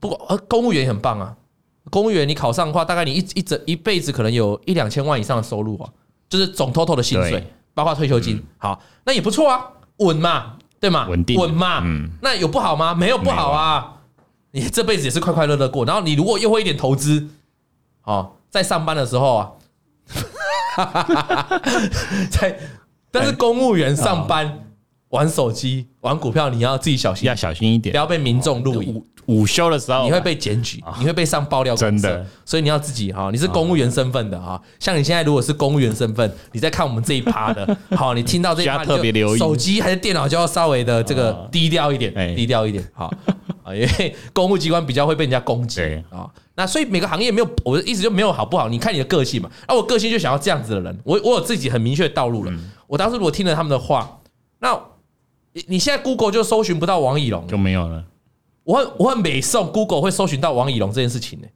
S2: 不过呃，公务员也很棒啊，公务员你考上的话，大概你一一整一辈子可能有一两千万以上的收入啊，就是总 total 的薪水
S1: 对，嗯
S2: 包括退休金。好，那也不错啊，稳嘛，对嘛，
S1: 稳定
S2: 稳嘛，
S1: 嗯，
S2: 那有不好吗？没有不好啊，你这辈子也是快快乐乐过。然后你如果又会一点投资，哦，在上班的时候啊， 在但是公务员上班玩手机、玩股票，你要自己小心
S1: 哎要，小心一
S2: 不
S1: 点。
S2: 要被民众录影，
S1: 午午休的时候，
S2: 你会被检举，你会被上爆料公
S1: 啊真
S2: 社
S1: 的，
S2: 所以你要自己哈，你是公务员身份的哈，像你现在如果是公务员身份，你在看我们这一 趴的，好，你听到这一趴
S1: 需要
S2: 你就
S1: 特别留意
S2: 手机还是电脑就要稍微的这个
S1: 啊
S2: 低调一点，
S1: 哎
S2: 低调一点，好， 啊，因为公务机关比较会被人家攻击
S1: 对
S2: 啊，那所以每个行业没有，我的意思就没有好不好，你看你的个性嘛，啊，我个性就想要这样子的人，我我有自己很明确的道路了，
S1: 嗯
S2: 我当时如果听了他们的话，那你你现在 Google 就搜寻不到王以龙了，
S1: 就没有了。
S2: 我很我很美颂 Google 会搜寻到王以龙这件事情呢、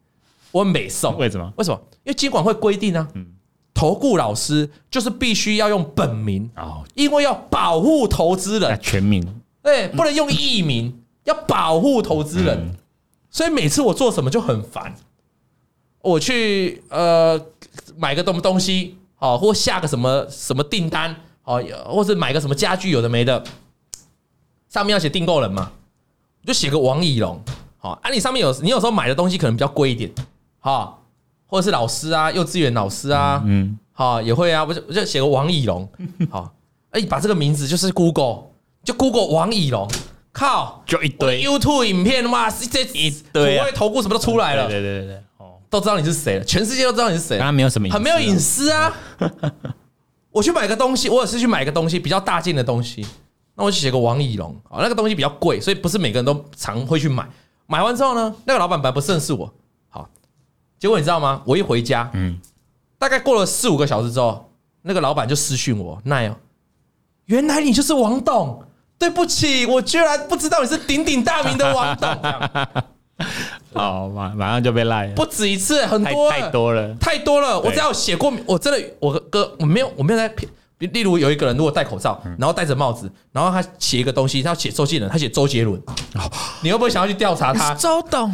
S2: 我很美颂。
S1: 为什么？
S2: 为什么？因为监管会规定啊，投顾老师就是必须要用本名，
S1: 哦，
S2: 因为要保护投资
S1: 那
S2: 人，
S1: 全民
S2: 对，哎不能用艺名，要保护投资人
S1: 嗯。
S2: 所以每次我做什么就很烦。我去呃买个东东西，哦，或下个什么什么订单，哦，或是买个什么家具，有的没的，上面要写订购人嘛，我就写个王以龙，好、啊，你上面有你有时候买的东西可能比较贵一点，哈、或者是老师啊，幼稚园老师啊，
S1: 嗯，
S2: 好、也会啊，我就我就写个王以龙，好，哎、把这个名字就是 Google，就 Google 王以龙，靠
S1: 就一堆，
S2: ，YouTube 影片哇，这
S1: 一堆啊
S2: 土味投顾什么都出来了，
S1: 对对对对，哦，
S2: 都知道你是谁了，全世界都知道你是谁
S1: 刚，刚没有什么，
S2: 很没有隐，私啊。 我去买个东西，我也是去买个东西比较大件的东西，那我就写个王以龙，哦，那个东西比较贵，所以不是每个人都常会去买。买完之后呢，那个老板本来不认识我，好，结果你知道吗？我一回家，
S1: 嗯，
S2: 大概过了四五个小时之后，那个老板就私讯我，奈哦，原来你就是王董，对不起，我居然不知道你是鼎鼎大名的王董，这 样
S1: 哦，马马上就被赖了，
S2: 不止一次，很
S1: 太
S2: 多啊了
S1: 太多了，
S2: 太多了，
S1: 对
S2: 我只要写过名，我真的我哥我没有我没有在骗。比例如有一个人如果戴口罩，然后戴着帽子，然后他写一个东西，他要写周杰伦，他写周杰伦，你会不会想要去调查他？
S1: 周董，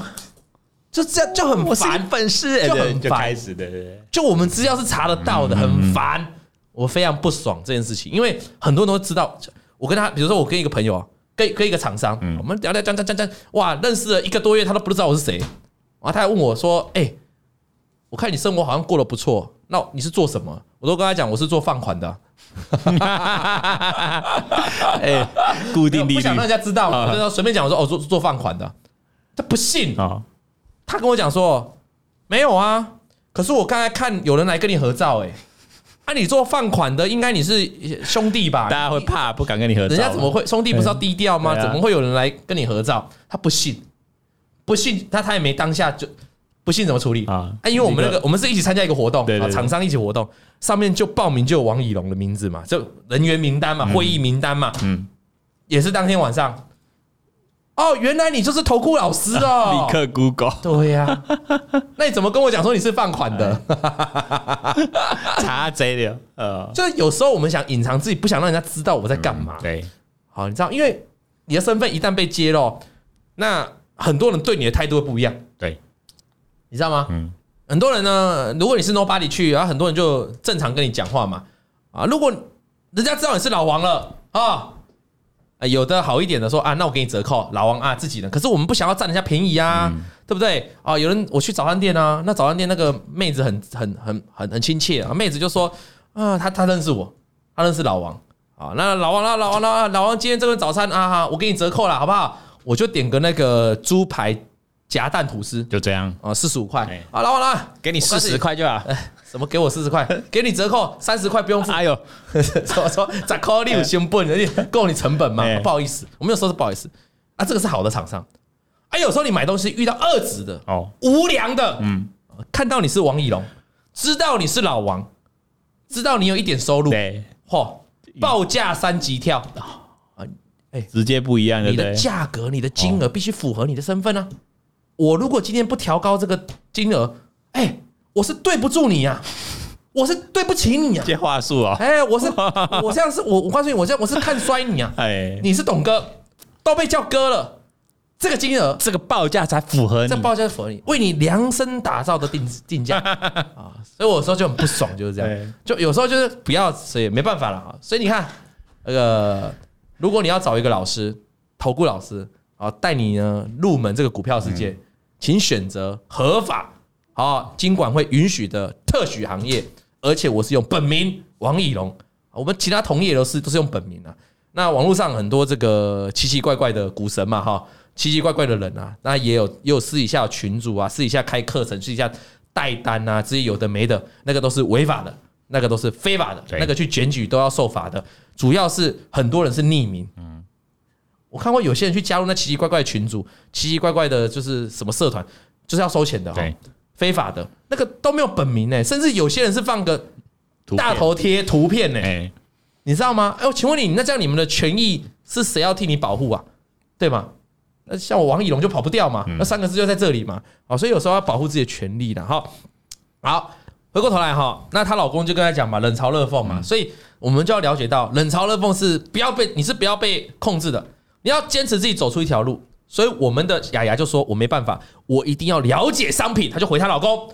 S2: 就这样就很烦，
S1: 粉丝哎
S2: 就很
S1: 对就
S2: 烦
S1: 开始，对对对，
S2: 就我们资料是查得到的，
S1: 嗯
S2: 很烦，我非常不爽这件事情，因为很多人都知道，我跟他，比如说我跟一个朋友，啊跟跟一个厂商，
S1: 嗯
S2: 我们聊聊讲讲讲讲，哇，认识了一个多月，他都不知道我是谁，然后他还问我说，哎、我看你生活好像过得不错，那你是做什么？我都跟他讲，我是做放款的 啊、
S1: 哎，固
S2: 没有
S1: 定利
S2: 不
S1: 率
S2: 想让人家知道，
S1: 啊
S2: 我就说随便讲，我说哦，做做放款的，他不信，
S1: 哦，
S2: 他跟我讲说没有啊，可是我刚才看有人来跟你合照、欸，哎，啊，你做放款的，应该你是兄弟吧？
S1: 大家会怕，不敢跟你合照，
S2: 人家怎么？会兄弟不是要低调吗？
S1: 对啊
S2: 怎么会有人来跟你合照？他不信，不信，他他也没当下就不信怎么处理啊
S1: 啊？
S2: 因为我们那
S1: 这
S2: 个我们是一起参加一个活动，
S1: 对对
S2: 啊
S1: 对
S2: 厂商一起活动，上面就报名就有王以龙的名字嘛，就人员名单嘛，会议名单嘛，
S1: 嗯，
S2: 也是当天晚上。哦，原来你就是投顾老师 哦！
S1: 立刻 Google
S2: 对呀、哎那你怎么跟我讲说你是放款的？
S1: 查贼了，呃，
S2: 就是有时候我们想隐藏自己，不想让人家知道我在干嘛。
S1: 对，
S2: 好，你知道，因为你的身份一旦被揭露，那很多人对你的态度会不一样。
S1: 对，
S2: 你知道吗？
S1: 嗯，
S2: 很多人呢，如果你是 nobody 去，然后很多人就正常跟你讲话嘛。啊，如果人家知道你是老王了啊。啊有的好一点的说啊，那我给你折扣，老王啊自己人。可是我们不想要占人家便宜啊，对不对？啊，有人我去早餐店啊，那早餐店那个妹子很很很很很亲切啊，妹子就说啊，她她认识我，她认识老王啊，那老王那老王那老王今天这顿早餐啊哈，我给你折扣了，好不好？我就点个那个猪排夹蛋吐司
S1: 就这样，
S2: 啊，四十五块
S1: 哎
S2: 啊，老王老王，
S1: 给你
S2: 我告诉你
S1: 块就好。
S2: 什么给我四十块， 给你折扣三十块不用 付。
S1: 哎呦，
S2: 说说咋 call 你有先笨，而且够你成本吗
S1: 哎？
S2: 不好意思，我没有说是不好意思啊，这个是好的厂商。啊，有时候你买东西遇到二职的、
S1: 哦，
S2: 无良的，
S1: 嗯，
S2: 看到你是王以龙，知道你是老王，知道你有一点收入，
S1: 对，
S2: 嚯，报价三 级跳，
S1: 直接不一样，对哦
S2: 你
S1: 不
S2: 的
S1: 对？
S2: 价格、你的金额必须符合你的身份啊！我如果今天不调高这个金额，哎，我是对不住你呀、我是对不起你呀、
S1: 这话术哦，
S2: 哎， 我是我这样是我我告诉你，我这样我是看衰你啊！
S1: 哎，
S2: 你是董哥，都被叫哥了，这个金额
S1: 这个报价才符合你
S2: 这，报价是符合你，为你量身打造的定定 价啊，所以我有时候就很不爽，就是这
S1: 对
S2: 样，就有时候就是不要，所以没办法了啊。所以你看，那个如果你要找一个老师，投顾老师啊，带你呢入门这个股票世界，请选择合法啊，金管会允许的特许行业，而且我是用本名王以龙，啊我们其他同业都是都是用本名啊。那网络上很多这个奇奇怪怪的股神嘛，哈，奇奇怪怪的人啊，那也有也有私底下有群主啊，私底下开课程，私底下带单啊，这些有的没的，那个都是违法的，那个都是非法的，
S1: 对
S2: 那个去检举都要受罚的。主要是很多人是匿名，嗯，我看过有些人去加入那奇奇怪怪的群组，奇奇怪怪的就是什么社团，就是要收钱的哈，
S1: 对，
S2: 非法的，那个都没有本名呢、甚至有些人是放个
S1: 图片
S2: 大，头贴图片呢、
S1: 哎，
S2: 你知道吗？哎、我请问你，那这样你们的权益是谁要替你保护啊？对吗？那像我王以龙就跑不掉嘛，那三个字就在这里嘛。好，所以有时候要保护自己的权利的哈。好，回过头来哈，那她老公就跟她讲嘛，冷嘲热讽嘛，所以我们就要了解到，冷嘲热讽是不要被你是不要被控制的，你要坚持自己走出一条路。所以我们的雅雅就说：“我没办法，我一定要了解商品。”她就回她老公：“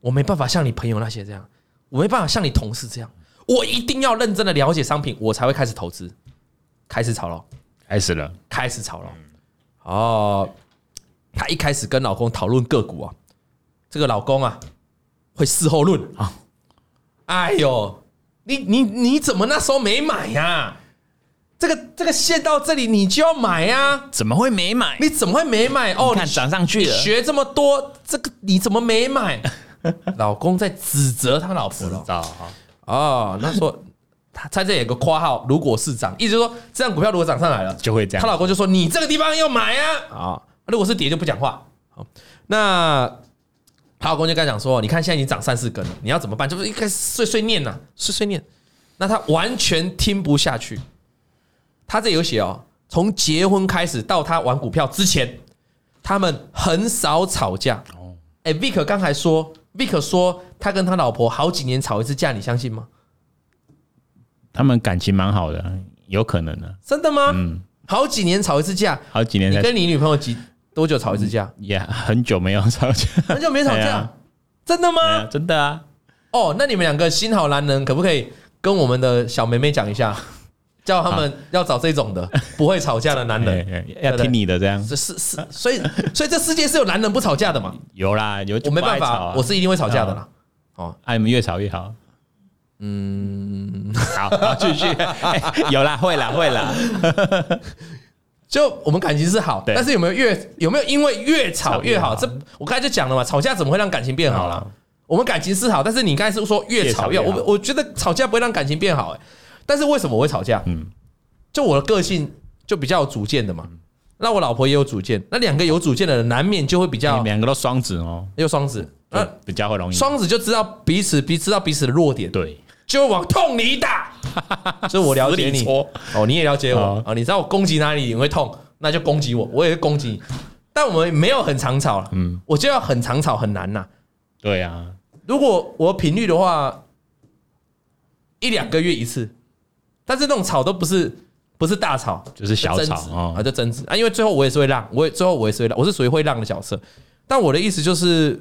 S2: 我没办法像你朋友那些这样，我没办法像你同事这样，我一定要认真的了解商品，我才会开始投资，开始炒了。”
S1: 开始了，
S2: 开始吵了。哦，她一开始跟老公讨论个股啊，这个老公啊会事后论啊。哎呦，你你你怎么那时候没买呀、这个这个线到这里你就要买呀、
S1: 怎么会没买？
S2: 你怎么会没买？哦，
S1: 看
S2: 你
S1: 涨上去了，
S2: 学这么多，这个你怎么没 买？老公在指责他老婆了。
S1: 道哈？
S2: 哦，那说他在这里有个括号，如果是涨，意思就是说这样股票如果涨上来了，
S1: 就会这
S2: 她
S1: 样，
S2: 老公就说：“你这个地方要买啊！”啊，如果是跌就不讲话。好，那她老公就跟她讲说：“你看现在已经涨三四根了，你要怎么办？”就是一开始碎碎念呐、碎碎念。那她完全听不下去。她这有写哦，从结婚开始到她玩股票之前，他们很少吵架。哦，哎，Vick 刚才说，Vick 说他跟他老婆好几年吵一次架，你相信吗？
S1: 他们感情蛮好的，有可能的，
S2: 真的吗？好几年吵一次架，
S1: 好几年
S2: 你
S1: 才
S2: 跟你女朋友几多久吵一次架？
S1: 也很久没有吵架，
S2: 很久没吵
S1: 哎
S2: 架
S1: 呀，
S2: 真的
S1: 哎
S2: 吗
S1: 呀？ 真的啊，
S2: 哦，那你们两个新好男人可不可以跟我们的小妹妹讲 一下，叫他们要找这种的不会吵架的男
S1: 哎
S2: 人？
S1: 哎要听你的这样，
S2: 这是是，所以所以这世界是有男人不吵架 的嘛？
S1: 有啦，有
S2: 我没办
S1: 不爱吵
S2: 法，
S1: 啊
S2: 我是一定会吵架的啦。
S1: 啊，你们越吵越好。嗯，好，好，继 续、哎有啦，会啦，会啦，
S2: 就我们感情是好，
S1: 对
S2: 但是有没有越有没有因为越吵
S1: 吵越
S2: 越好？
S1: 好
S2: 这我刚才就讲了嘛，吵架怎么会让感情变好啦？
S1: 嗯
S2: 我们感情是好，但是你刚才是说越吵越
S1: 越吵
S2: 好
S1: 越
S2: 我
S1: 好
S2: 我觉得吵架不会让感情变好、欸，但是为什么我会吵架？
S1: 嗯
S2: 就我的个性就比较有主见的嘛，那我老婆也有主见，那两个有主见的人难免就会比
S1: 你
S2: 较
S1: 们两个都双子哦，
S2: 又双子，
S1: 就
S2: 那
S1: 比较会容易。
S2: 啊双子就知道彼此彼知道彼此的弱点，
S1: 对，
S2: 就会往痛里 打。所以我了解
S1: 死
S2: 你
S1: 里戳
S2: 哦，你也了解我
S1: 哦
S2: 哦，你知道我攻击哪里你会痛，那就攻击我，我也会攻击你。但我们没有很常吵了，
S1: 嗯，
S2: 我就要很常吵很难呐、
S1: 对啊，
S2: 如果我频率的话，一两个月一次，但是那种吵都不是不是大吵，
S1: 就是小吵
S2: 争执啊，
S1: 哦，
S2: 就争执啊，因为最后我也是会让，我也最后我也是会让，我是属于会让的角色。但我的意思就是，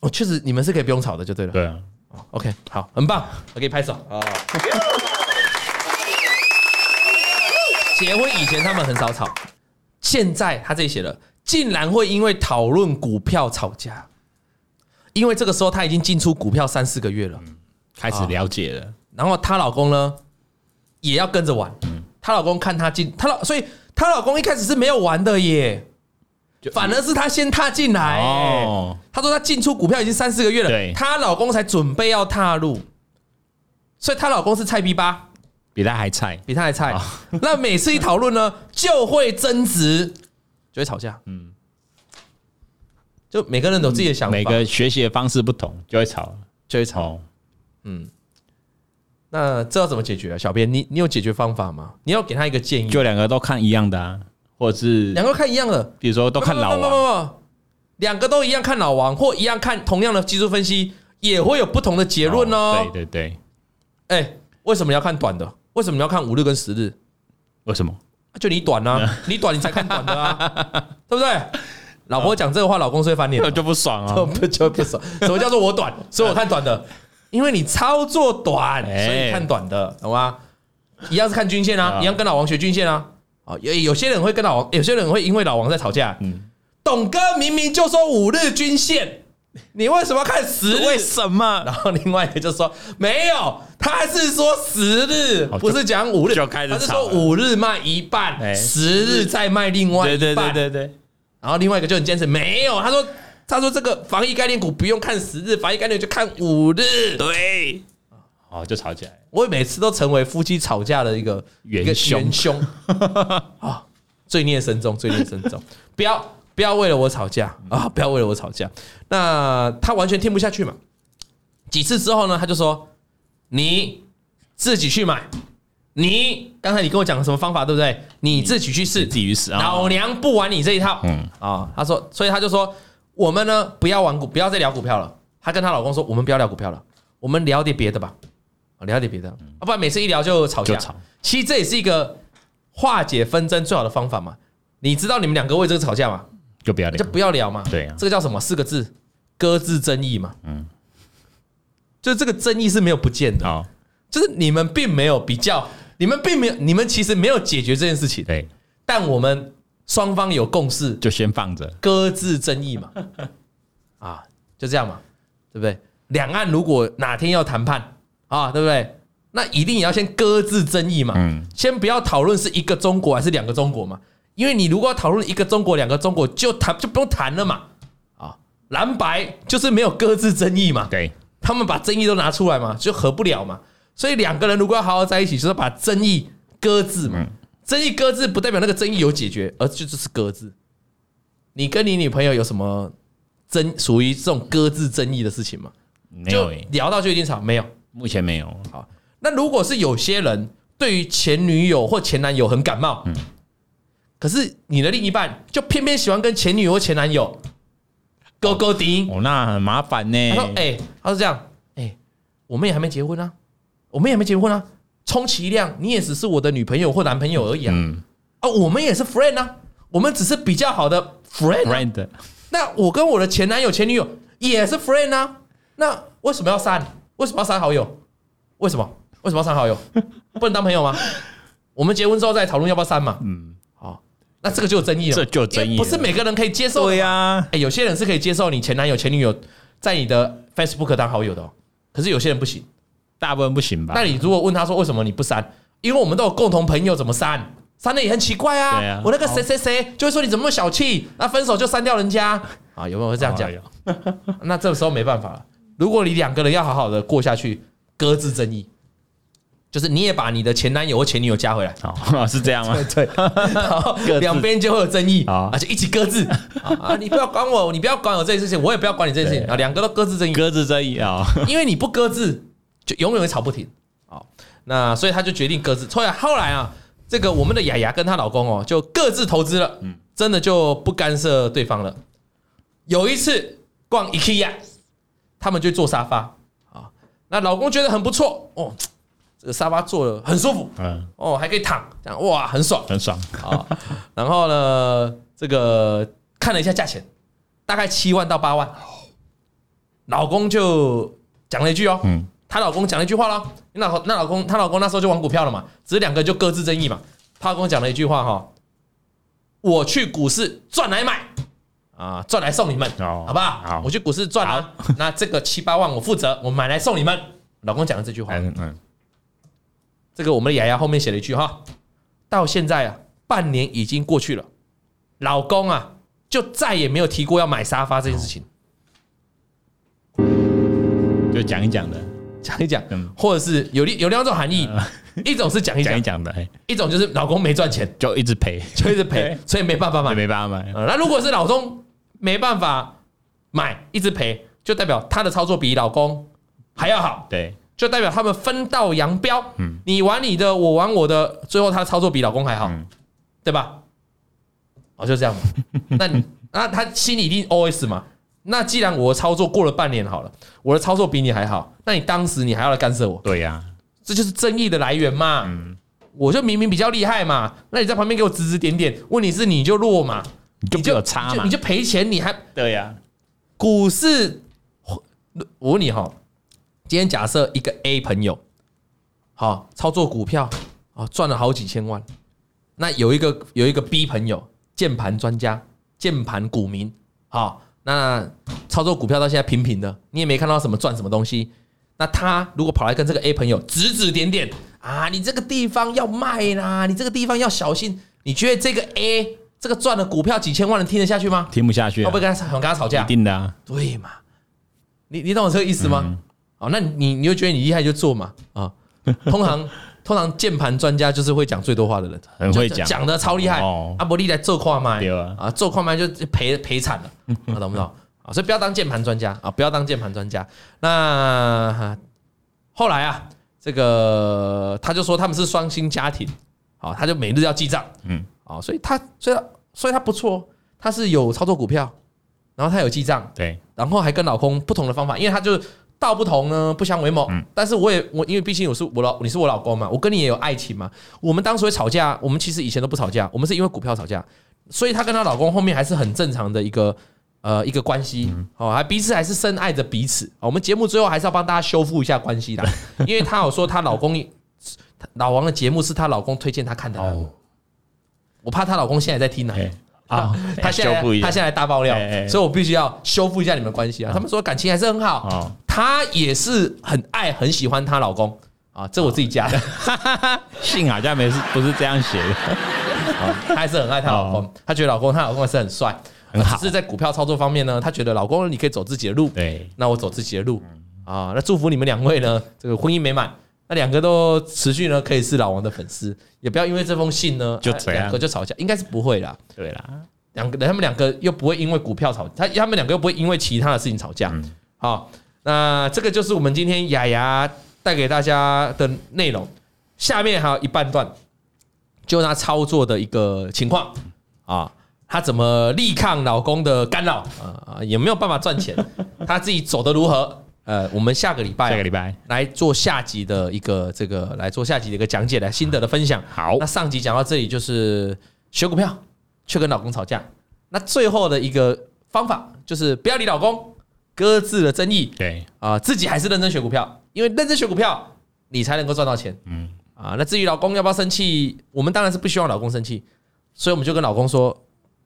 S2: 我确实你们是可以不用吵的，就对了。
S1: 对啊，
S2: OK，好，很棒，我给你拍手啊！结婚以前他们很少吵，现在他这里写了，竟然会因为讨论股票吵架，因为这个时候她已经进出股票三四个月了，
S1: 开
S2: 哦
S1: 始了解了，
S2: 然后她老公呢也要跟着玩，她老公看她进，她老所以她老公一开始是没有玩的耶，反而是她先踏进来耶
S1: 哦，
S2: 她说她进出股票已经三四个月了，
S1: 对
S2: 她老公才准备要踏入，所以她老公是菜逼吧，
S1: 比他还菜，
S2: 比她还菜
S1: 啊。
S2: 那每次一讨 论呢，就会争执，就会吵架。嗯
S1: 嗯，
S2: 就每个人都有自己的想法，
S1: 每个学习的方式不同，就会吵。
S2: 就会吵。
S1: 哦，
S2: 那这要怎么解决啊？小编，你你有解决方法吗？你要给他一个建议。
S1: 就两个都看一样的啊，或者是
S2: 两个看一样的，
S1: 比如说都看老啊
S2: 不不不
S1: 王，
S2: 不不不两个都一样看老王，或一样看同样的技术分析，也会有不同的 结论哦。
S1: 对对对，
S2: 哎、为什么要看短的？为什么要看五日跟十日？
S1: 为什么？
S2: 啊就你短啊，你短你才看短的啊，对不对？老婆讲这个话，老公是会翻脸的，
S1: 就不爽
S2: 就
S1: 啊！
S2: 不就不爽。什么叫做 我短？所以我看短的，因为你操作短，
S1: 哎
S2: 所以看短的，懂吗？一样是看均线啊，
S1: 啊
S2: 一样跟老王学均线啊。啊，有有些人会跟老王，有些人会因为老王在吵架。
S1: 嗯
S2: 董哥明明就说五日均线，你为什么要看十
S1: 为
S2: 日？
S1: 什么
S2: 然后另外一个就说没有，他是说十日，
S1: 哦好就
S2: 不是讲五日，
S1: 就开始
S2: 他是
S1: 吵
S2: 说
S1: 了
S2: 五日卖一
S1: 哎
S2: 半，十日再卖另外一
S1: 对对
S2: 半
S1: 对。对对，
S2: 然后另外一个就很坚持，没有，他说他说这个防疫概念股不用看十日，防疫概念就看五日。
S1: 对，哦，就吵起来。
S2: 我每次都成为夫妻吵架的一个
S1: 元
S2: 一个
S1: 凶
S2: 元凶 啊，罪孽深重，罪孽深重，不要不要为了我吵架啊，不要为了我吵架。那他完全听不下去嘛，几次之后呢，他就说你自己去买，你刚才你跟我讲什么方法对不对？你自己去试，
S1: 自己去死啊！
S2: 老娘不玩你这一套。
S1: 嗯
S2: 啊，他说，所以他就说，我们呢不要玩股，不要再聊股票了。她跟她老公说，我们不要聊股票了，我们聊点别的吧，啊聊点别的，要不然每次一聊就吵
S1: 嗯就
S2: 架
S1: 吵。
S2: 其实这也是一个化解纷争最好的方法嘛。你知道你们两个为这个吵架嘛？
S1: 就不要脸
S2: 就，不要聊嘛。
S1: 对啊
S2: 这个叫什么？四个字，搁置争议嘛。嗯，就是这个争议是没有不见的，
S1: 好，
S2: 就是你们并没有比较，你们并没有，你们其实没有解决这件事情，
S1: 对，
S2: 但我们双方有共识，
S1: 就先放着。
S2: 搁置争议嘛，啊，就这样嘛，对不对？两岸如果哪天要谈判啊，对不对？那一定也要先搁置争议嘛，
S1: 嗯，
S2: 先不要讨论是一个中国还是两个中国嘛，因为你如果要讨论一个中国、两个中国，就谈就不用谈了嘛，啊，蓝白就是没有搁置争议嘛，
S1: 对，
S2: 他们把争议都拿出来嘛，就合不了嘛。所以两个人如果要好好在一起，就是把争议搁置
S1: 嗯
S2: 嘛。争议搁置不代表那个争议有解决，而就只是搁置。你跟你女朋友有什么争属于这种搁置争议的事情吗？
S1: 没有
S2: 就
S1: 诶，
S2: 聊到就已经吵，没有。
S1: 目前没有。
S2: 好，那如果是有些人对于前女友或前男友很感
S1: 嗯
S2: 冒，可是你的另一半就偏偏喜欢跟前女友或前男友勾勾搭。
S1: 哦，那很麻烦呢。
S2: 他说：“哎、他是这样，哎、我们也还没结婚啊，我们也还没结婚啊，充其量你也只是我的女朋友或男朋友而已啊，
S1: 嗯
S2: 啊，我们也是 friend 啊，我们只是比较好的 friend 啊、
S1: ，friend，
S2: 那我跟我的前男友、前女友也是 friend 啊，那为什么要删？为什么要删好友？为什么？为什么要删好友？ 不能当朋友吗？我们结婚之后再讨论要不要删嘛。嗯，好，那这个就有争议了，
S1: 这就有争议了
S2: 因为不是每个人可以接受的嘛
S1: 对啊呀，
S2: 哎、有些人是可以接受你前男友、前女友在你的 Facebook 当好友的、哦，可是有些人不行。
S1: 大部分不行吧
S2: 那？你如果问他说为什么你不删？因为我们都有共同朋友，怎么删？删了也很奇怪啊。
S1: 对啊
S2: 我那个谁谁谁就会说你怎么那么小气，那分手就删掉人家啊？有没有会这样讲
S1: 哦？有
S2: 那这个时候没办法了。如果你两个人要好好的过下去，搁置争议，就是你也把你的前男友或前女友加 回来，
S1: 好，哦是这样吗？对，
S2: 然后
S1: 各自
S2: 两边就会有争议
S1: 啊
S2: 而且一起搁置啊啊！你不要管我，你不要管我这件事情，我也不要管你这件事情
S1: 对
S2: 啊，两个都搁置争议，
S1: 搁置争议啊，
S2: 因为你不搁置，就永远会吵不停。好，那所以他就决定搁置。后来后来啊，这个我们的雅雅跟她老公哦，就各自投资了，真的就不干涉对方了。有一次逛 IKEA，他们就坐沙发啊，那老公觉得很不错哦，这个沙发坐了很舒服
S1: 嗯，
S2: 哦，还可以躺，这样哇很爽。
S1: 很爽。
S2: 好，然后呢，这个看了一下价钱，大概七万到八万，老公就讲了一句哦，
S1: 嗯
S2: 她老公讲了一句话咯，那老那老公她老公那时候就玩股票了嘛，只是两个就各自争议嘛，她老公讲了一句话哈、我去股市赚来买。啊，赚来送你们，
S1: 哦
S2: 好不好？
S1: 好
S2: 我去股市赚啊，那这个七八万我负责，我买来送你们。老公讲了这句话，
S1: 嗯嗯，
S2: 这个我们的雅雅后面写了一句哈，到现在啊，半年已经过去了，老公啊，就再也没有提过要买沙发这件事
S1: 哦
S2: 情。
S1: 就讲一讲的，
S2: 讲一讲
S1: 嗯，
S2: 或者是有两有两种含义，一种是讲一
S1: 讲
S2: 讲
S1: 一，讲的，哎
S2: 一种就是老公没赚钱，
S1: 就一直赔，
S2: 就一直赔
S1: 对，
S2: 所以没办法买
S1: 也。没办法买。
S2: 呃那如果是老公没办法买，一直赔，就代表他的操作比老公还要好，
S1: 对，
S2: 就代表他们分道扬镳。
S1: 嗯
S2: 你玩你的，我玩我的，最后他的操作比老公还好，
S1: 嗯
S2: 对吧？哦，就这样 嘛。那你那他心里一定 OS 嘛？那既然我的操作过了半年好了，我的操作比你还好，那你当时你还要来干涉我，
S1: 对呀，
S2: 这就是争议的来源嘛。我就明明比较厉害嘛，那你在旁边给我指指点点，问题是你就弱嘛，
S1: 你就
S2: 你
S1: 比我差
S2: 就
S1: 嘛
S2: 你，就赔钱，你还
S1: 对呀，
S2: 股市，我问你哈、今天假设一个 A 朋友，好、操作股票啊赚了好几千万，那有一个有一个 B 朋友，键盘专家，键盘股民，好、那操作股票到现在平平的，你也没看到什么赚什么东西。那他如果跑来跟这个 A 朋友指指点点啊，你这个地方要卖啦，你这个地方要小心，你觉得这个 A 这个赚了股票几千万的听得下去吗？
S1: 听不下去
S2: 会
S1: 啊
S2: 哦不，会跟他想跟他吵架？
S1: 一定的啊，
S2: 对嘛？你你懂我这个意思吗？
S1: 嗯
S2: 哦，那你你就觉得你厉害就做嘛啊！通常通常键盘专家就是会讲最多话的人，
S1: 很会
S2: 就
S1: 讲
S2: 讲的超厉害。啊
S1: 哦
S2: 阿伯利来做跨麦
S1: 对啊
S2: 做跨麦就赔赔惨了，啊，懂不懂？啊，所以不要当键盘专家啊，不要当键盘专家。那、啊后来啊，这个他就说他们是双薪家庭，啊，他就每日要记账，嗯
S1: 嗯，
S2: 啊，所以他所以他所以他不错，哦他是有操作股票，然后他有记账，
S1: 对，
S2: 然后还跟老公不同的方法，因为他就是道不同呢，不相为谋。但是我也我因为毕竟我是我老你是我老公嘛，我跟你也有爱情嘛。我们当时会吵架，我们其实以前都不吵架，我们是因为股票吵架，所以她跟她老公后面还是很正常的一个呃一个关系哦，还彼此还是深爱着彼此、哦。我们节目最后还是要帮大家修复一下关系的，因为她有说她老公老王的节目是她老公推荐她看的啊、
S1: 哦
S2: 我怕她老公现在在听呢、
S1: 哎 啊，
S2: 他现在
S1: 修复一下
S2: 他现在大爆料
S1: 哎哎，哎
S2: 所以我必须要修复一下你们的关系啊。他们说感情还是很好，
S1: 哦，
S2: 她也是很爱很喜欢她老公啊，这我自己加 的，
S1: 幸好家没事，不是这样 写的，
S2: 她还是很爱她老公，她觉得老公她老公还是很帅，
S1: 很好
S2: 只是在股票操作方面呢，她觉得老公你可以走自己的路，
S1: 对，嗯
S2: 那我走自己的路啊。那祝福你们两位呢，这个婚姻美满。那两个都持续呢，可以是老王的粉丝，也不要因为这封信呢，
S1: 就
S2: 啊
S1: 怎样
S2: 两个就吵架，应该是不会啦。
S1: 对啦，
S2: 两个人，他们两个又不会因为股票吵，他他们两个又不会因为其他的事情吵架。
S1: 嗯
S2: 好、那这个就是我们今天雅雅带给大家的内容。下面还有一半段，就她操作的一个情况啊，她怎么力抗老公的干扰啊，啊也没有办法赚钱，她自己走的如何？呃，我们下个礼拜
S1: 下个礼拜
S2: 来做下集的一个这个来做下集的一个讲解，来心得的分享。
S1: 好
S2: 那，上集讲到这里就是学股票，却跟老公吵架。那最后的一个方法就是不要理老公，搁置了争议
S1: 对，
S2: 啊、自己还是认真学股票，因为认真学股票，你才能够赚到钱。嗯
S1: 嗯
S2: 啊，那至于老公要不要生气，我们当然是不希望老公生气，所以我们就跟老公说，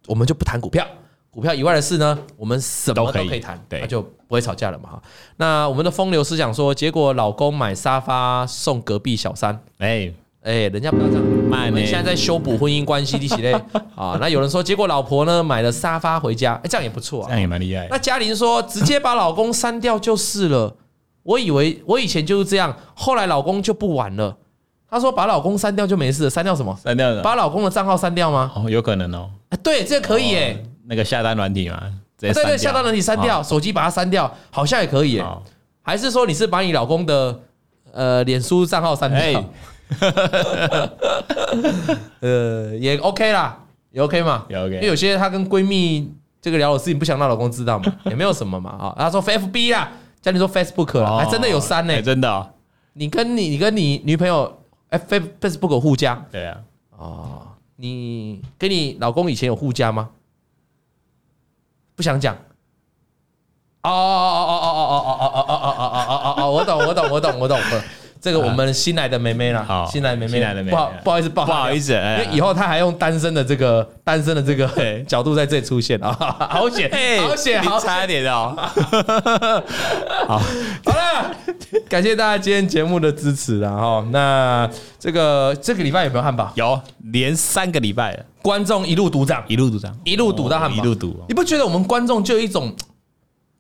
S2: 我们就不谈股票。股票以外的事呢，我们什么
S1: 都可
S2: 都
S1: 以
S2: 可以谈，
S1: 对
S2: 那就不会吵架了嘛哈。那我们的风流思想说，结果老公买沙发送隔壁小三，
S1: 哎，
S2: 哎、人家不要这样，
S1: 慢
S2: 我
S1: 呢
S2: 们，现在在修补婚姻关系，一起 嘞啊。那有人说，结果老婆呢买了沙发回家，哎、这样也不错
S1: 这
S2: 啊。
S1: 样也蛮厉害的，
S2: 那嘉玲说，直接把老公删掉就是了。我以为我以前就是这样，后来老公就不玩了。她说把老公删掉就没事了，删掉什么？
S1: 删掉了，
S2: 把老公的账号删掉吗？
S1: 哦，有可能哦，
S2: 哎对，这个可以耶、
S1: 哦那个下单软体嘛，直接
S2: 啊对对，下
S1: 删
S2: 到
S1: 掉
S2: 人体删掉，手机把它删掉，好像也可以耶、
S1: 哦
S2: 还是说你是把你老公的呃脸书账号删掉
S1: 哎？
S2: 呃，也 OK 啦，也 OK 嘛。
S1: 也 OK
S2: 因为有些她跟闺蜜这个聊的事情，不想让老公知道嘛，也没有什么嘛啊。她说 FB 啦，叫你说 Facebook 啦，
S1: 哦
S2: 还真的有删呢
S1: 哎。真的哦，
S2: 你跟你你跟你女朋友哎 Fa- Facebook 互加
S1: 对啊，
S2: 哦，你跟你老公以前有互加吗？不想讲。哦哦哦哦哦哦哦哦哦哦哦哦哦哦！我懂，我懂，我懂，我懂。这个我们新来的妹妹啦，新来妹妹，不好不好意思，不
S1: 不好意思，
S2: 因
S1: 哎
S2: 为以后他还用单身的这个单身的这个
S1: 对
S2: 角度在这里出现啊，好险，好险，
S1: 哎你
S2: 好险！
S1: 差一点 哦，
S2: 好了，感谢大家今天节目的支持啊！哈，那这个这个礼拜有没有汉堡？
S1: 有连三个礼拜了，
S2: 观众一路独掌，
S1: 一路赌场，
S2: 一路赌到
S1: 哦
S2: 汉堡
S1: 一路赌哦，
S2: 你不觉得我们观众就有一种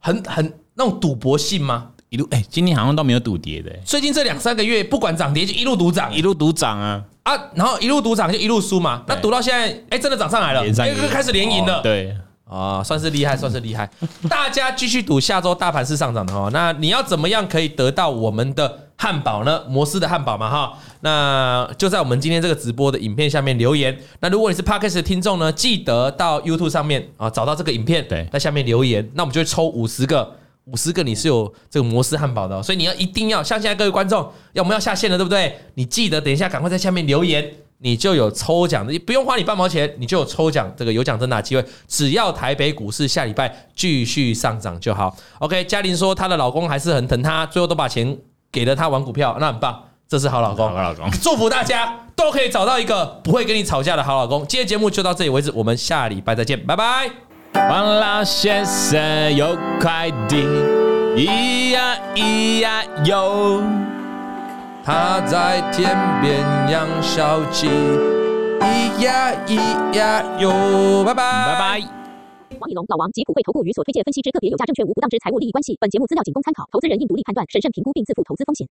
S2: 很很那种赌博性吗？
S1: 一路哎，今天好像都没有赌跌的，哎
S2: 最近这两三个月，不管涨跌就一路独掌
S1: 一路赌涨啊，
S2: 啊，然后一路独掌就一路输嘛。那
S1: 对
S2: 赌到现在，哎，真的涨上来了，
S1: 连三
S2: 哎
S1: 个月
S2: 开始连赢了
S1: 哦。对，
S2: 啊，算是厉害，算是厉害。大家继续赌下周大盘是上涨的哈。那你要怎么样可以得到我们的汉堡呢？摩斯的汉堡嘛哈。那就在我们今天这个直播的影片下面留言。那如果你是 Parkes 的听众呢，记得到 YouTube 上面啊找到这个影片，
S1: 对
S2: 在下面留言，那我们就会抽五十个。五十个你是有这个摩斯汉堡的、哦，所以你要一定要像现在各位观众，要我们要下线了，对不对？你记得等一下赶快在下面留言，你就有抽奖的，不用花你半毛钱，你就有抽奖这个有奖征答机会。只要台北股市下礼拜继续上涨就好。OK，嘉玲说她的老公还是很疼她，最后都把钱给了她玩股票，那很棒，这是好老公
S1: 好。老公，
S2: 祝福大家都可以找到一个不会跟你吵架的好老公。今天节目就到这里为止，我们下礼拜再见，拜拜。
S1: 王老先生有快递，咿呀咿呀哟，
S2: 他在天边养小鸡，咿呀咿呀哟，拜拜
S1: 拜
S2: 拜
S1: 拜。
S3: 王以龙、老王及普惠投顾与所推荐分析之个别有价证券无不当之财务利益关系。本节目资料仅供参考，投资人应独立判断、审慎评估并自负投资风险。